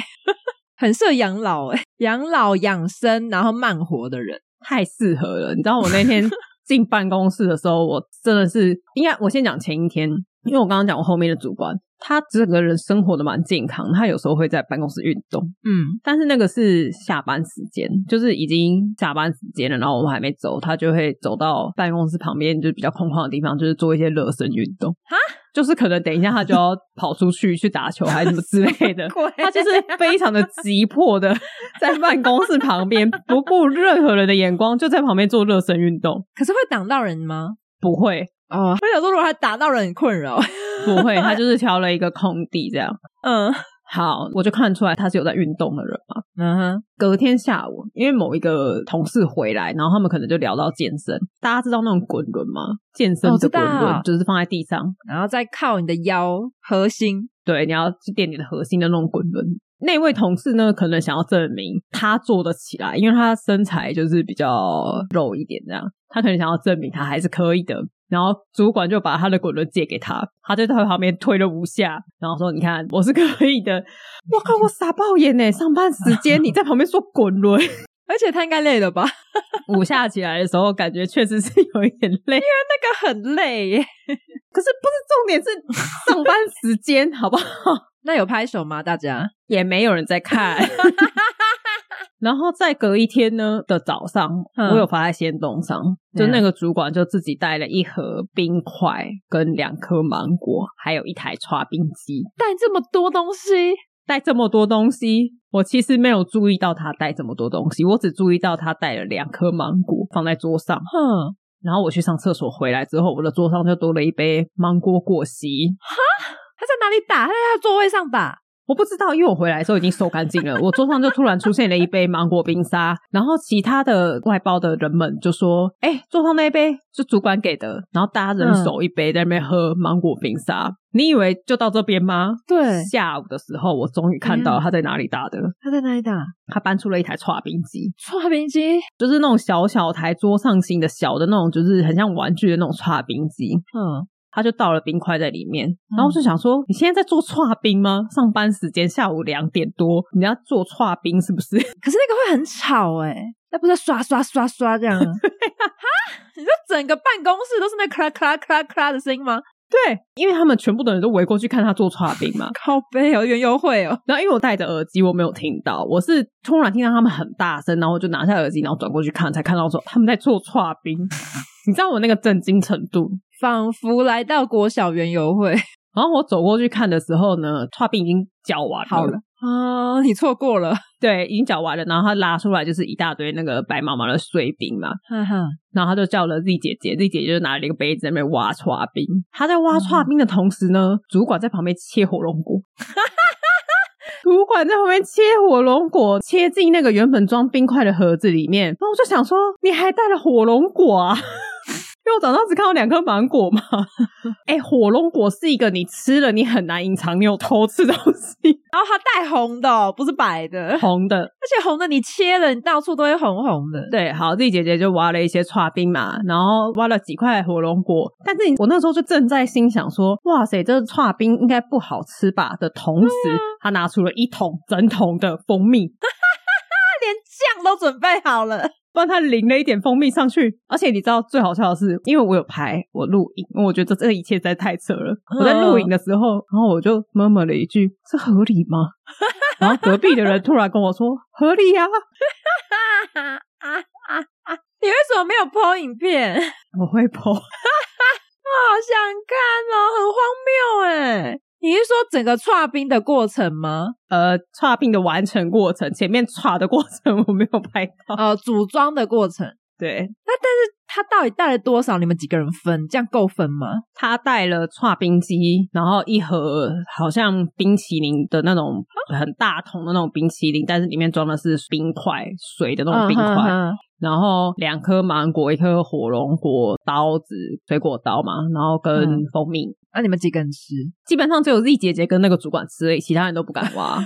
Speaker 2: 很适合养老哎、养老养生，然后慢活的人。
Speaker 1: 太适合了。你知道我那天进办公室的时候，我真的是应该我先讲前一天，因为我刚刚讲我后面的主管，他这个人生活的蛮健康，他有时候会在办公室运动，
Speaker 2: [laughs] 嗯，
Speaker 1: 但是那个是下班时间，就是已经下班时间了，然后我们还没走，他就会走到办公室旁边，就是比较空旷的地方，就是做一些热身运动。哈，就是可能等一下他就要跑出去去打球，还是什么之类的。他就是非常的急迫
Speaker 2: [laughs]
Speaker 1: 的在办公室旁边，不顾任何人的眼光，就在旁边做热身运动。
Speaker 2: 可是会挡到人吗？
Speaker 1: 不会，
Speaker 2: 哦，我想说，如果他打到人，很困扰。
Speaker 1: 不会，他就是挑了一个空地这样。
Speaker 2: 嗯
Speaker 1: 好，我就看出来他是有在运动的人嘛。
Speaker 2: 嗯哼，
Speaker 1: 隔天下午，因为某一个同事回来，然后他们可能就聊到健身。大家知道那种滚轮吗？健身
Speaker 2: 哦
Speaker 1: 的滚
Speaker 2: 知
Speaker 1: 轮、
Speaker 2: 道
Speaker 1: 就是放在地上，
Speaker 2: 然后再靠你的腰核心，
Speaker 1: 对，你要去垫你的核心的那种滚轮。那位同事呢，可能想要证明他做得起来，因为他身材就是比较肉一点这样，他可能想要证明他还是可以的。然后主管就把他的滚轮借给他，他就在旁边推了五下，然后说：“你看，我是可以的。”我靠，我傻爆眼呢！上班时间你在旁边说滚轮，
Speaker 2: 而且他应该累了吧？ [laughs]
Speaker 1: 五下起来的时候，感觉确实是有一点累。
Speaker 2: 那个很累耶。
Speaker 1: 可是不是重点是上班时间，好不好？
Speaker 2: 那有拍手吗？大家？
Speaker 1: 也没有人在看。然后再隔一天呢的早上，
Speaker 2: 嗯
Speaker 1: 我有发在仙洞上，就那个主管就自己带了一盒冰块、跟两颗芒果，还有一台刨冰机，
Speaker 2: 带这么多东西，
Speaker 1: 带这么多东西。我其实没有注意到他带这么多东西，我只注意到他带了两颗芒果放在桌上。
Speaker 2: 哼，
Speaker 1: 然后我去上厕所回来之后，我的桌上就多了一杯芒果果昔，
Speaker 2: 他在哪里打？他在他座位上打。
Speaker 1: 我不知道，因为我回来的时候已经收干净了。我桌上就突然出现了一杯芒果冰沙，然后其他的外包的人们就说：“哎、桌上那一杯是主管给的。”然后大家人手一杯，在那边喝芒果冰沙。你以为就到这边吗？
Speaker 2: 对
Speaker 1: 下午的时候，我终于看到他在哪里打的。
Speaker 2: 他在哪里打？
Speaker 1: 他搬出了一台刨冰机，
Speaker 2: 刷冰机。
Speaker 1: 就是那种小小台桌上型的小的那种，就是很像玩具的那种刨冰机。
Speaker 2: 嗯，
Speaker 1: 他就倒了冰块在里面，然后我就想说，你现在在做刨冰吗？上班时间下午两点多，你要做刨冰是不是？ [laughs]
Speaker 2: 可是那个会很吵哎，那不是刷刷刷刷这样吗？ [laughs] 啊哈，你说整个办公室都是那咔啦咔啦咔啦咔啦的声音吗？。
Speaker 1: 对，因为他们全部的人都围过去看他做刨冰嘛
Speaker 2: 靠背哦，原优惠哦。
Speaker 1: 然后因为我戴着耳机，我没有听到，我是突然听到他们很大声，然后我就拿下耳机，然后转过去看，才看到说他们在做刨冰。 [laughs] 你知道我那个震惊程度？
Speaker 2: 仿佛来到国小园游会。 [laughs]
Speaker 1: 然后我走过去看的时候呢，刨冰已经搅完了，
Speaker 2: 好了啊、你错过了，
Speaker 1: 对，已经搅完了。然后他拉出来就是一大堆那个白茫茫的碎冰嘛，
Speaker 2: 哈哈，
Speaker 1: 然后他就叫了 Z 姐姐，Z 姐姐就拿了一个杯子在那边挖刨冰。她在挖刨冰的同时呢，主管在旁边切火龙果。 [laughs] 主管在旁边切火龙果，切进那个原本装冰块的盒子里面。然后我就想说，你还带了火龙果啊？ [laughs] 因为我早上只看到两颗芒果嘛。 [laughs] 哎、火龙果是一个你吃了你很难隐藏你有偷吃东西， [laughs]
Speaker 2: 然后它啊带红的、哦，不是白的，而
Speaker 1: 红的。
Speaker 2: 且红的你切了，你到处都会红红的。
Speaker 1: 对，好，自己姐姐就挖了一些刨冰嘛，然后挖了几块火龙果。但是我那时候就正在心想说，哇塞，这刨冰应该不好吃吧？的同时，她拿出了一桶整桶的蜂蜜，
Speaker 2: 他连酱都准备好了，
Speaker 1: 帮她淋了一点蜂蜜上去。而且你知道最好笑的是，因为我有拍我录影，我觉得这一切实在太扯了。我在录影的时候，然后我就默默了一句：“这合理吗？”然后隔壁的人突然跟我说：“合理啊呀、
Speaker 2: 你为什么没有 po 影片？ [laughs] 我
Speaker 1: 我会剖。”
Speaker 2: 好想看哦，很荒谬哎！你是说整个串冰的过程吗？
Speaker 1: 呃差病的完成过程，前面差的过程我没有拍到。
Speaker 2: 呃，组装的过程，
Speaker 1: 对
Speaker 2: 他到底带了多少？你们几个人分，这样够分吗？
Speaker 1: 他带了差冰机，然后一盒好像冰淇淋的那种很大桶的那种冰淇淋，但是里面装的是冰块，水的那种冰块，
Speaker 2: 嗯哼
Speaker 1: 然后两颗芒果，一颗火龙果，刀子水果刀嘛，然后跟
Speaker 2: 嗯
Speaker 1: 蜂蜜。
Speaker 2: 那、你们几个人吃？
Speaker 1: 基本上只有 Z 姐姐跟那个主管吃而已，其他人都不敢挖。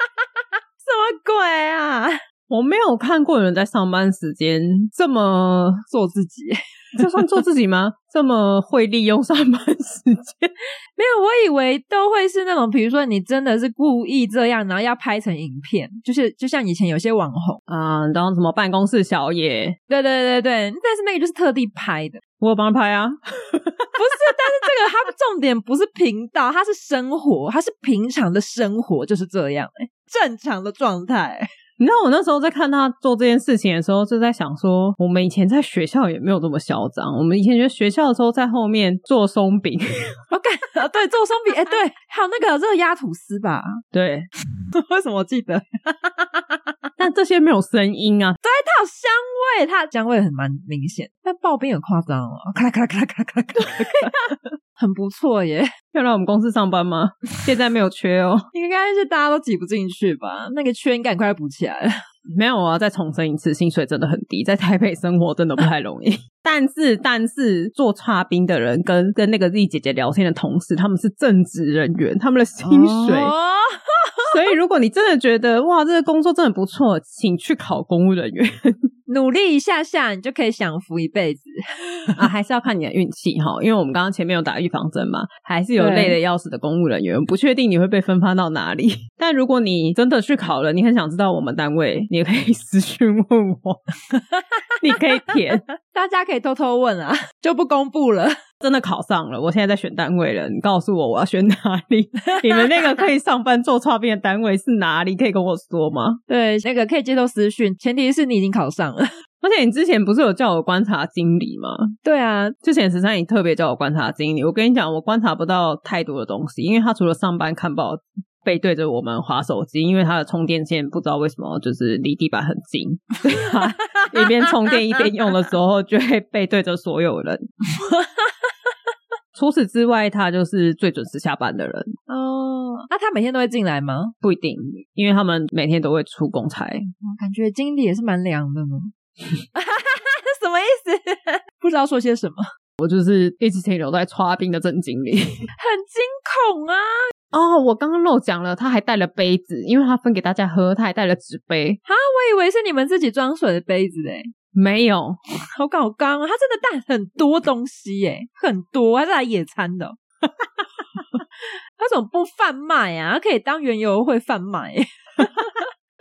Speaker 2: 什么鬼啊？ [laughs]
Speaker 1: 我没有看过有人在上班时间这么
Speaker 2: 做自己。
Speaker 1: [laughs] 这算做自己吗？这么会利用上班时间？
Speaker 2: 没有，我以为都会是那种，比如说你真的是故意这样，然后要拍成影片，就是就像以前有些网红，
Speaker 1: 嗯，然后什么办公室小野，
Speaker 2: 对对对对，但是那个就是特地拍的，
Speaker 1: 我有帮他拍啊。
Speaker 2: 不是？但是这个它重重点不是频道，它是生活，它是平常的生活就是这样、欸，正常的状态、
Speaker 1: 你知道我那时候在看他做这件事情的时候，就在想说，我们以前在学校也没有这么嚣张。我们以前觉得学校的时候，在后面做松饼， [laughs]
Speaker 2: 我感对做松饼，哎、对，还有那个热压吐司吧？
Speaker 1: 对， [laughs]
Speaker 2: 为什么我记得？
Speaker 1: 但这些没有声音啊，
Speaker 2: 它有香味，它香味很蛮明显，但刨冰有夸张哦，咔啦咔啦咔啦咔啦咔啦咔啦咔啦，很不错耶，
Speaker 1: 要来我们公司上班吗？现在没有缺哦，
Speaker 2: 应该是大家都挤不进去吧？那个圈赶快补起来。
Speaker 1: 没有啊，再重申一次，薪水真的很低，在台北生活真的不太容易。 [laughs] 但是，但是做差兵的人跟跟那个 Z 姐姐聊天的同事，他们是正职人员，他们的薪水
Speaker 2: 哦
Speaker 1: [laughs] 所以，如果你真的觉得哇，这个工作真的不错，请去考公务人员
Speaker 2: 努力一下下，你就可以享福一辈子。
Speaker 1: [laughs] 啊，还是要看你的运气哈。因为我们刚刚前面有打预防针嘛，还是有
Speaker 2: 对
Speaker 1: 累得要死的公务人员，不确定你会被分发到哪里。 [laughs] 但如果你真的去考了，你很想知道我们单位，你也可以私讯问我， [laughs] 你可以填。
Speaker 2: 大家可以偷偷问啊， [laughs] 就不公布 [laughs] 了。
Speaker 1: 真的考上了，我现在在选单位了。你告诉我我要选哪里？ [laughs] 你们那个可以上班做差编的单位是哪里？可以跟我说吗？
Speaker 2: 对，那个可以接受私讯，前提是你已经考上了。
Speaker 1: 而且你之前不是有叫我观察经理吗？
Speaker 2: [laughs] 对啊，
Speaker 1: 之前十三姨特别叫我观察经理，我跟你讲，我观察不到太多的东西，因为他除了上班看报纸，背对着我们划手机，因为他的充电线不知道为什么就是离地板很近，所以他一边充电一边用的时候就会背对着所有人。除此之外，他就是最准时下班的人，
Speaker 2: 哦，那他每天都会进来吗？
Speaker 1: 不一定，因为他们每天都会出公差。
Speaker 2: 我感觉经理也是蛮凉的呢。 [laughs] 什么意思？ [laughs] 不知道说些什么，
Speaker 1: 我就是一直停留在刷冰的正经理。
Speaker 2: 很惊恐啊！
Speaker 1: [laughs] 哦，我刚刚漏讲了，他还带了杯子，因为他分给大家喝，他还带了纸杯。
Speaker 2: 我以为是你们自己装水的杯子欸诶，
Speaker 1: 没有，
Speaker 2: 好搞刚啊！他真的带很多东西诶，很多，他是来野餐的哦、 [laughs] 他怎么不贩卖啊？他可以当园游会贩卖耶， [laughs] 他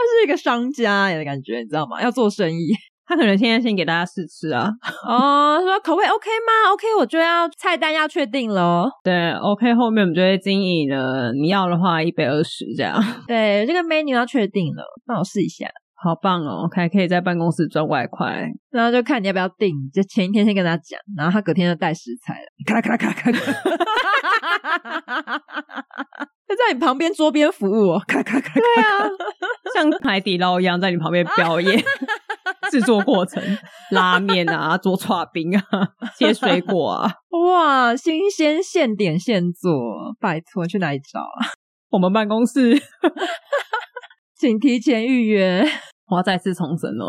Speaker 2: 是一个商家诶的感觉，你知道吗？要做生意。 [laughs]
Speaker 1: 他可能现在先给大家试吃啊。
Speaker 2: 哦，说口味 OK 吗？OK，我就要菜单要确定哦喽。
Speaker 1: 对，OK，后面我们就会经营了。你要的话，一百二十这样，
Speaker 2: 对，这个 menu 要确定了，那我试一下，
Speaker 1: 好棒哦！还可以在办公室赚外快。
Speaker 2: 然后就看你要不要订，就前一天先跟他讲，然后他隔天就带食材了，咔啦咔啦咔啦咔啦，就在你旁边桌边服务、哦，咔啦咔啦咔啦，
Speaker 1: 对啊，像海底捞一样在你旁边表 [laughs] 演制作过程，拉面啊，做刨冰啊，切水果啊。
Speaker 2: 哇，新鲜现点现做，拜托去哪里找啊？
Speaker 1: 我们办公室，
Speaker 2: 请提前预约。 [laughs]
Speaker 1: 我要再次重申哦，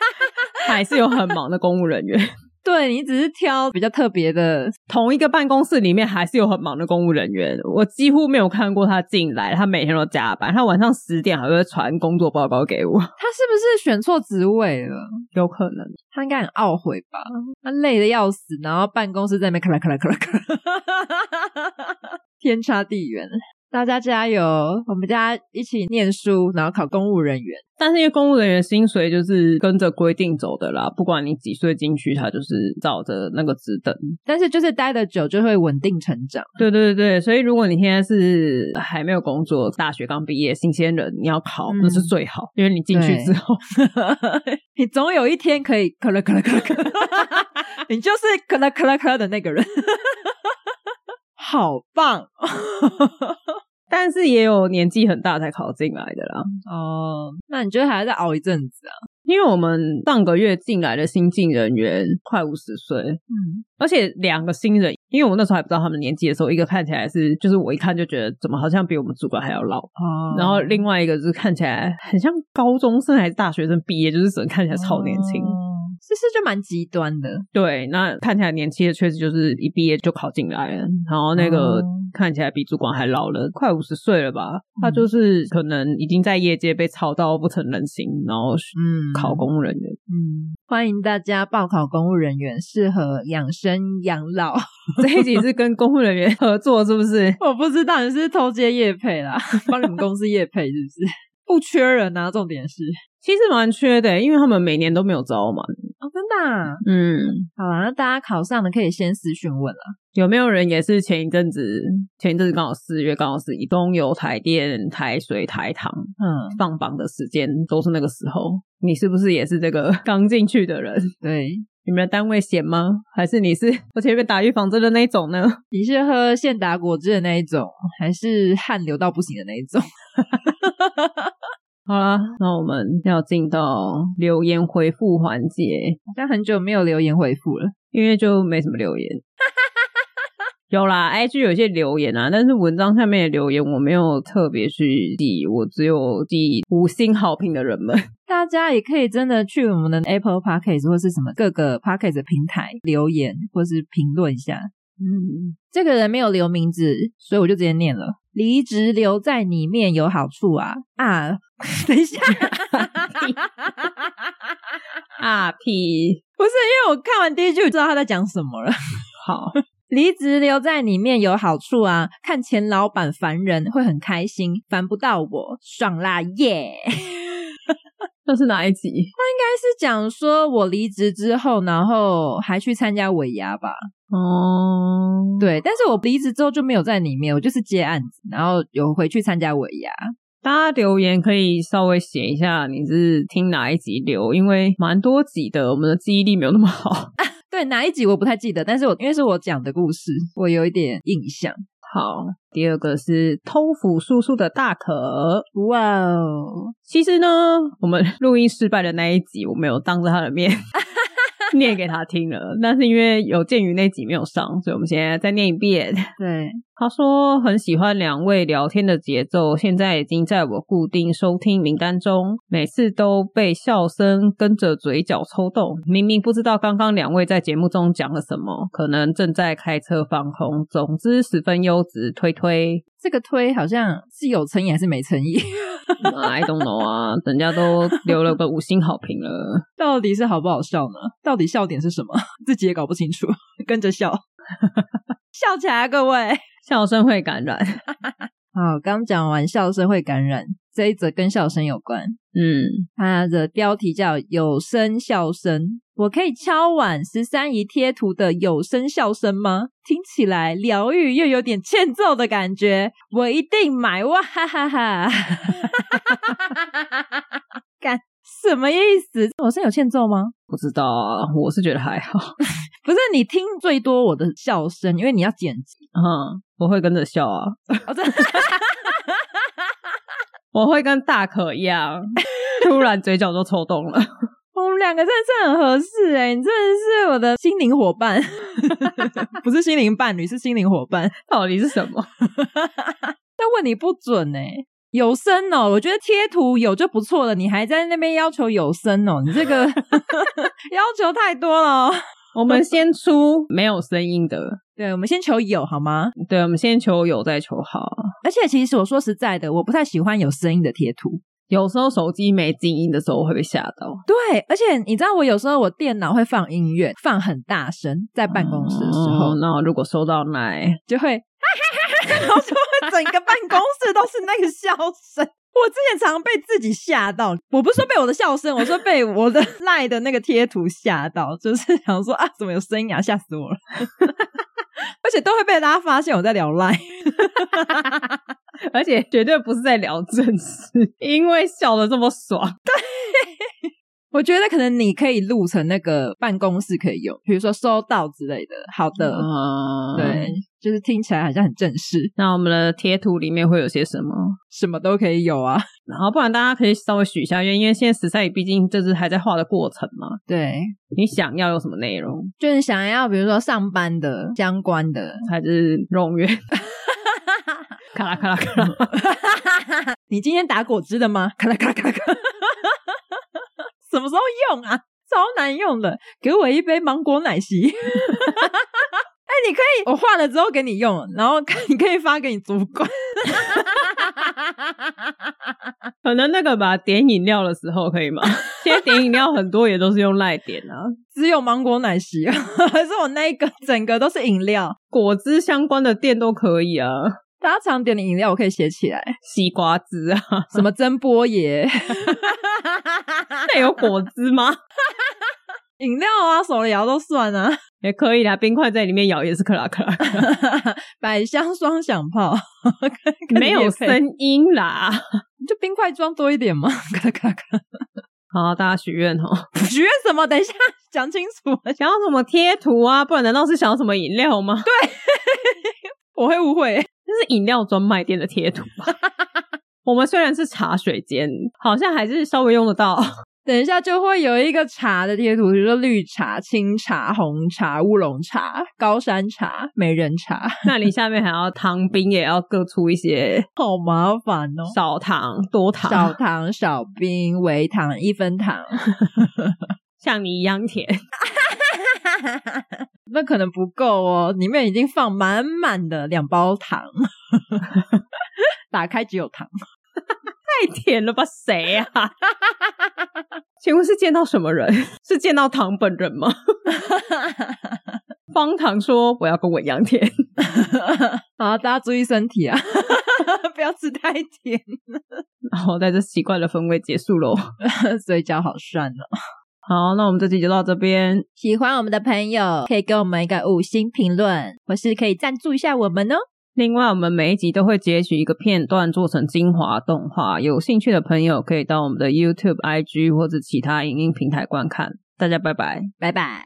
Speaker 1: [laughs] 还是有很忙的公务人员。 [laughs]
Speaker 2: 对你只是挑比较特别的，
Speaker 1: 同一个办公室里面还是有很忙的公务人员，我几乎没有看过他进来，他每天都加班，他晚上十点还会传工作报告给我，
Speaker 2: 他是不是选错职位了？
Speaker 1: 有可能。
Speaker 2: 他应该很懊悔吧？他累的要死，然后办公室在那边咔啦咔啦咔啦咔啦， [laughs] 天差地远。大家加油！我们大家一起念书，然后考公务人员。
Speaker 1: 但是因为公务人员薪水就是跟着规定走的啦，不管你几岁进去，他就是照着那个职等。
Speaker 2: 但是就是待的久就会稳定成长。
Speaker 1: 对对对对，所以如果你现在是还没有工作，大学刚毕业新鲜人，你要考、
Speaker 2: 嗯
Speaker 1: 那是最好，因为你进去之后，
Speaker 2: 你总有一天可以咔啦咔啦咔啦咔啦， [laughs] 你就是咔啦咔啦咔啦的那个人。 [laughs] 好棒哦
Speaker 1: 但是也有年纪很大才考进来的啦。
Speaker 2: 哦！那你就还要再熬一阵子啊？
Speaker 1: 因为我们上个月进来的新进人员快五十岁，
Speaker 2: 嗯，
Speaker 1: 而且两个新人，因为我那时候还不知道他们年纪的时候，一个看起来是就是我一看就觉得怎么好像比我们主管还要老，
Speaker 2: 哦
Speaker 1: 然后另外一个就是看起来很像高中生还是大学生毕业，就是整个看起来超年轻。
Speaker 2: 哦这是就蛮极端的。
Speaker 1: 对，那看起来年轻的确实就是一毕业就考进来了，然后那个
Speaker 2: 哦
Speaker 1: 看起来比主管还老了，快五十岁了吧？他就是可能已经在业界被炒到不成人形，然后
Speaker 2: 嗯
Speaker 1: 考公务人员。 [laughs]
Speaker 2: 嗯，欢迎大家报考公务人员，适合养生养老。 [laughs]
Speaker 1: 这一集是跟公务人员合作，是不 [laughs] 是？
Speaker 2: 我不知道你是偷接业配啦， [laughs] 帮你们公司业配是不是？ [laughs] 不缺人啊，重点是
Speaker 1: 其实蛮缺的，因为他们每年都没有招嘛。
Speaker 2: 哦，真的、
Speaker 1: 嗯，
Speaker 2: 好啦，那大家考上的可以先私讯问了。
Speaker 1: 有没有人也是前一阵子，前一阵子刚好四月，刚好是以东油台电、台水、台糖
Speaker 2: 嗯，
Speaker 1: 放榜的时间，都是那个时候。你是不是也是这个刚进去的人？ [laughs]
Speaker 2: 对，
Speaker 1: 你们的单位险吗？还是 [laughs] 你是而且被打预防针的那一种呢？
Speaker 2: 你是喝现打果汁的那一种，还是汗流到不行的那一种？
Speaker 1: 好啦，那我们要进到留言回复环节，
Speaker 2: 好像很久没有留言回复了。
Speaker 1: 因为就没什么留言。 [laughs] 有啦，IG 有一些留言啊，但是文章下面的留言我没有特别去记，我只有记五星好评的人们。 [laughs]
Speaker 2: 大家也可以真的去我们的 Apple Podcast 或是什么各个 Podcast 的平台留言或是评论一下。
Speaker 1: 嗯，
Speaker 2: 这个人没有留名字，所以我就直接念了。离职留在里面有好处啊啊！ [laughs] 等一下，
Speaker 1: 啊屁，
Speaker 2: 不是因为我看完第一句就知道他在讲什么了。 [laughs]
Speaker 1: 好，
Speaker 2: 离职留在里面有好处啊，看前老板烦人会很开心，烦不到我，爽啦耶！ [laughs]
Speaker 1: 这是哪一集？
Speaker 2: 但是讲说我离职之后，然后还去参加尾牙吧。
Speaker 1: 哦，
Speaker 2: 对，但是我离职之后就没有在里面，我就是接案子，然后有回去参加尾牙。
Speaker 1: 大家留言可以稍微写一下你是听哪一集留，因为蛮多集的，我们的记忆力没有那么好。 [laughs]
Speaker 2: 对哪一集我不太记得，但是我因为是我讲的故事，我有一点印象。
Speaker 1: 好，第二个是偷斧叔叔的大可。
Speaker 2: 哇哦，
Speaker 1: 其实呢，我们 [laughs] 录音失败的那一集，我没有当着他的面念给他听了，但是因为有鉴于那集没有上，所以我们现在再念一遍。 [laughs]
Speaker 2: 对，
Speaker 1: 他说很喜欢两位聊天的节奏，现在已经在我固定收听名单中，每次都被笑声跟着嘴角抽动。明明不知道刚刚两位在节目中讲了什么，可能正在开车放空，总之十分优质，推推。
Speaker 2: 这个推好像是有诚意还是没诚意， [laughs]
Speaker 1: 嗯 I don't know 啊，人家都留了个五星好评了。
Speaker 2: 到底是好不好笑呢？到底笑点是什么？ [laughs] 自己也搞不清楚，跟着笑， [laughs] 笑起来啊，各位。
Speaker 1: 笑声会感染，
Speaker 2: 好，刚讲完笑声会感染，这一则跟笑声有关。
Speaker 1: 嗯，
Speaker 2: 它的标题叫“有声笑声”，我可以敲碗十三姨贴图的有声笑声吗？听起来疗愈又有点欠揍的感觉，我一定买哇哈哈哈！ [laughs] 干什么意思？我声有欠揍吗？
Speaker 1: 不知道啊，我是觉得还好，
Speaker 2: 不是你听最多我的笑声，因为你要剪辑
Speaker 1: 嗯，我会跟着笑啊，
Speaker 2: 哦，这
Speaker 1: 我会跟大可一样，突然嘴角都抽动了。
Speaker 2: [laughs] 我们两个真的是很合适哎、你真的是我的心灵伙伴， [laughs] 不是心灵伴侣，是心灵伙伴。
Speaker 1: 到底是什么？
Speaker 2: 但问你不准哎、有声哦，我觉得贴图有就不错了，你还在那边要求有声哦，你这个 [laughs] 要求太多了、哦。
Speaker 1: 我们先出没有声音的，
Speaker 2: 对，我们先求有好吗？
Speaker 1: 对，我们先求有再求好。
Speaker 2: 而且其实我说实在的，我不太喜欢有声音的贴图。
Speaker 1: 有时候手机没静音的时候会被吓到，
Speaker 2: 对，而且你知道我有时候我电脑会放音乐，放很大声，在办公室的时候、
Speaker 1: 哦那如果收到奶，
Speaker 2: 就 [laughs] 会，然后就会整个办公室都是那个笑声。我之前常被自己吓到，我不是说被我的笑声，我说被我的 [laughs] 赖的那个贴图吓到，就是想说啊，怎么有声音啊，吓死我了！ [laughs] 而且都会被大家发现我在聊赖，
Speaker 1: 而且绝对不是在聊正事，因为笑的这么爽。
Speaker 2: [laughs] 我觉得可能你可以录成那个办公室可以用，比如说收到之类的。好的，
Speaker 1: 嗯，
Speaker 2: 对。，就是听起来好像很正式，
Speaker 1: 那我们的贴图里面会有些什么？
Speaker 2: 什么都可以有啊。
Speaker 1: 然后不然大家可以稍微许一下愿，因为现在十三姨毕竟这是还在画的过程嘛，
Speaker 2: 对，
Speaker 1: 你想要有什么内容，
Speaker 2: 就是想要比如说上班的相关的，
Speaker 1: 还是容远。咔啦咔啦咔啦，
Speaker 2: 你今天打果汁的吗？咔啦咔啦咔啦咔啦，什么时候用啊？超难用的，给我一杯芒果奶昔。 [laughs] 哎、你可以，我画了之后给你用，然后看你可以发给你主管。
Speaker 1: 可能那个吧，点饮料的时候可以吗？现在点饮料很多也都是用赖点啊，
Speaker 2: 只有芒果奶昔，啊 [laughs] 还是我那一个整个都是饮料？
Speaker 1: 果汁相关的店都可以啊，
Speaker 2: 大家常点的饮料我可以写起来，
Speaker 1: 西瓜汁啊，
Speaker 2: [laughs] 什么蒸波爷，
Speaker 1: 那有果汁吗？
Speaker 2: 饮料啊，手摇都算啊，
Speaker 1: 也可以啦，冰块在里面咬也是克拉克拉，
Speaker 2: 百香双响炮，
Speaker 1: 没有声音啦。
Speaker 2: 就冰块装多一点嘛，咔咔 [laughs] 咔！
Speaker 1: 好，大家许愿哦，
Speaker 2: 许愿什么？等一下讲清楚。
Speaker 1: 想要什么贴图啊？不然难道是想要什么饮料吗？
Speaker 2: 对，我会误会，
Speaker 1: 这是饮料专卖店的贴图吧？我们虽然是茶水间，好像还是稍微用得到。
Speaker 2: [laughs] 等一下就会有一个茶的贴图，比如说绿茶、清茶、红茶、乌龙茶、高山茶、美人茶， [laughs]
Speaker 1: 那你下面还要糖冰，也要各出一些
Speaker 2: 好麻烦哦。
Speaker 1: 少糖、多糖，
Speaker 2: 少糖、少冰、微糖、一分 [laughs] 糖，
Speaker 1: 像你一样甜。
Speaker 2: 那可能不够哦，里面已经放满满的两包糖， [laughs] 打开只有糖。”
Speaker 1: 太甜了吧？谁呀、啊？ [laughs] 请问是见到什么人？是见到糖本人吗？方糖说：“我要跟我一样甜。
Speaker 2: 好，大家注意身体啊， [laughs] 不要吃太甜。 [laughs]
Speaker 1: 好，在这奇怪的氛围结束喽。
Speaker 2: 嘴角好酸哦。
Speaker 1: 好，那我们这集就到这边。
Speaker 2: 喜欢我们的朋友可以给我们一个五星评论，或是可以赞助一下我们哦。
Speaker 1: 另外，我们每一集都会截取一个片段做成精华动画，有兴趣的朋友可以到我们的 YouTube、IG 或者其他影音平台观看。大家拜拜，
Speaker 2: 拜拜。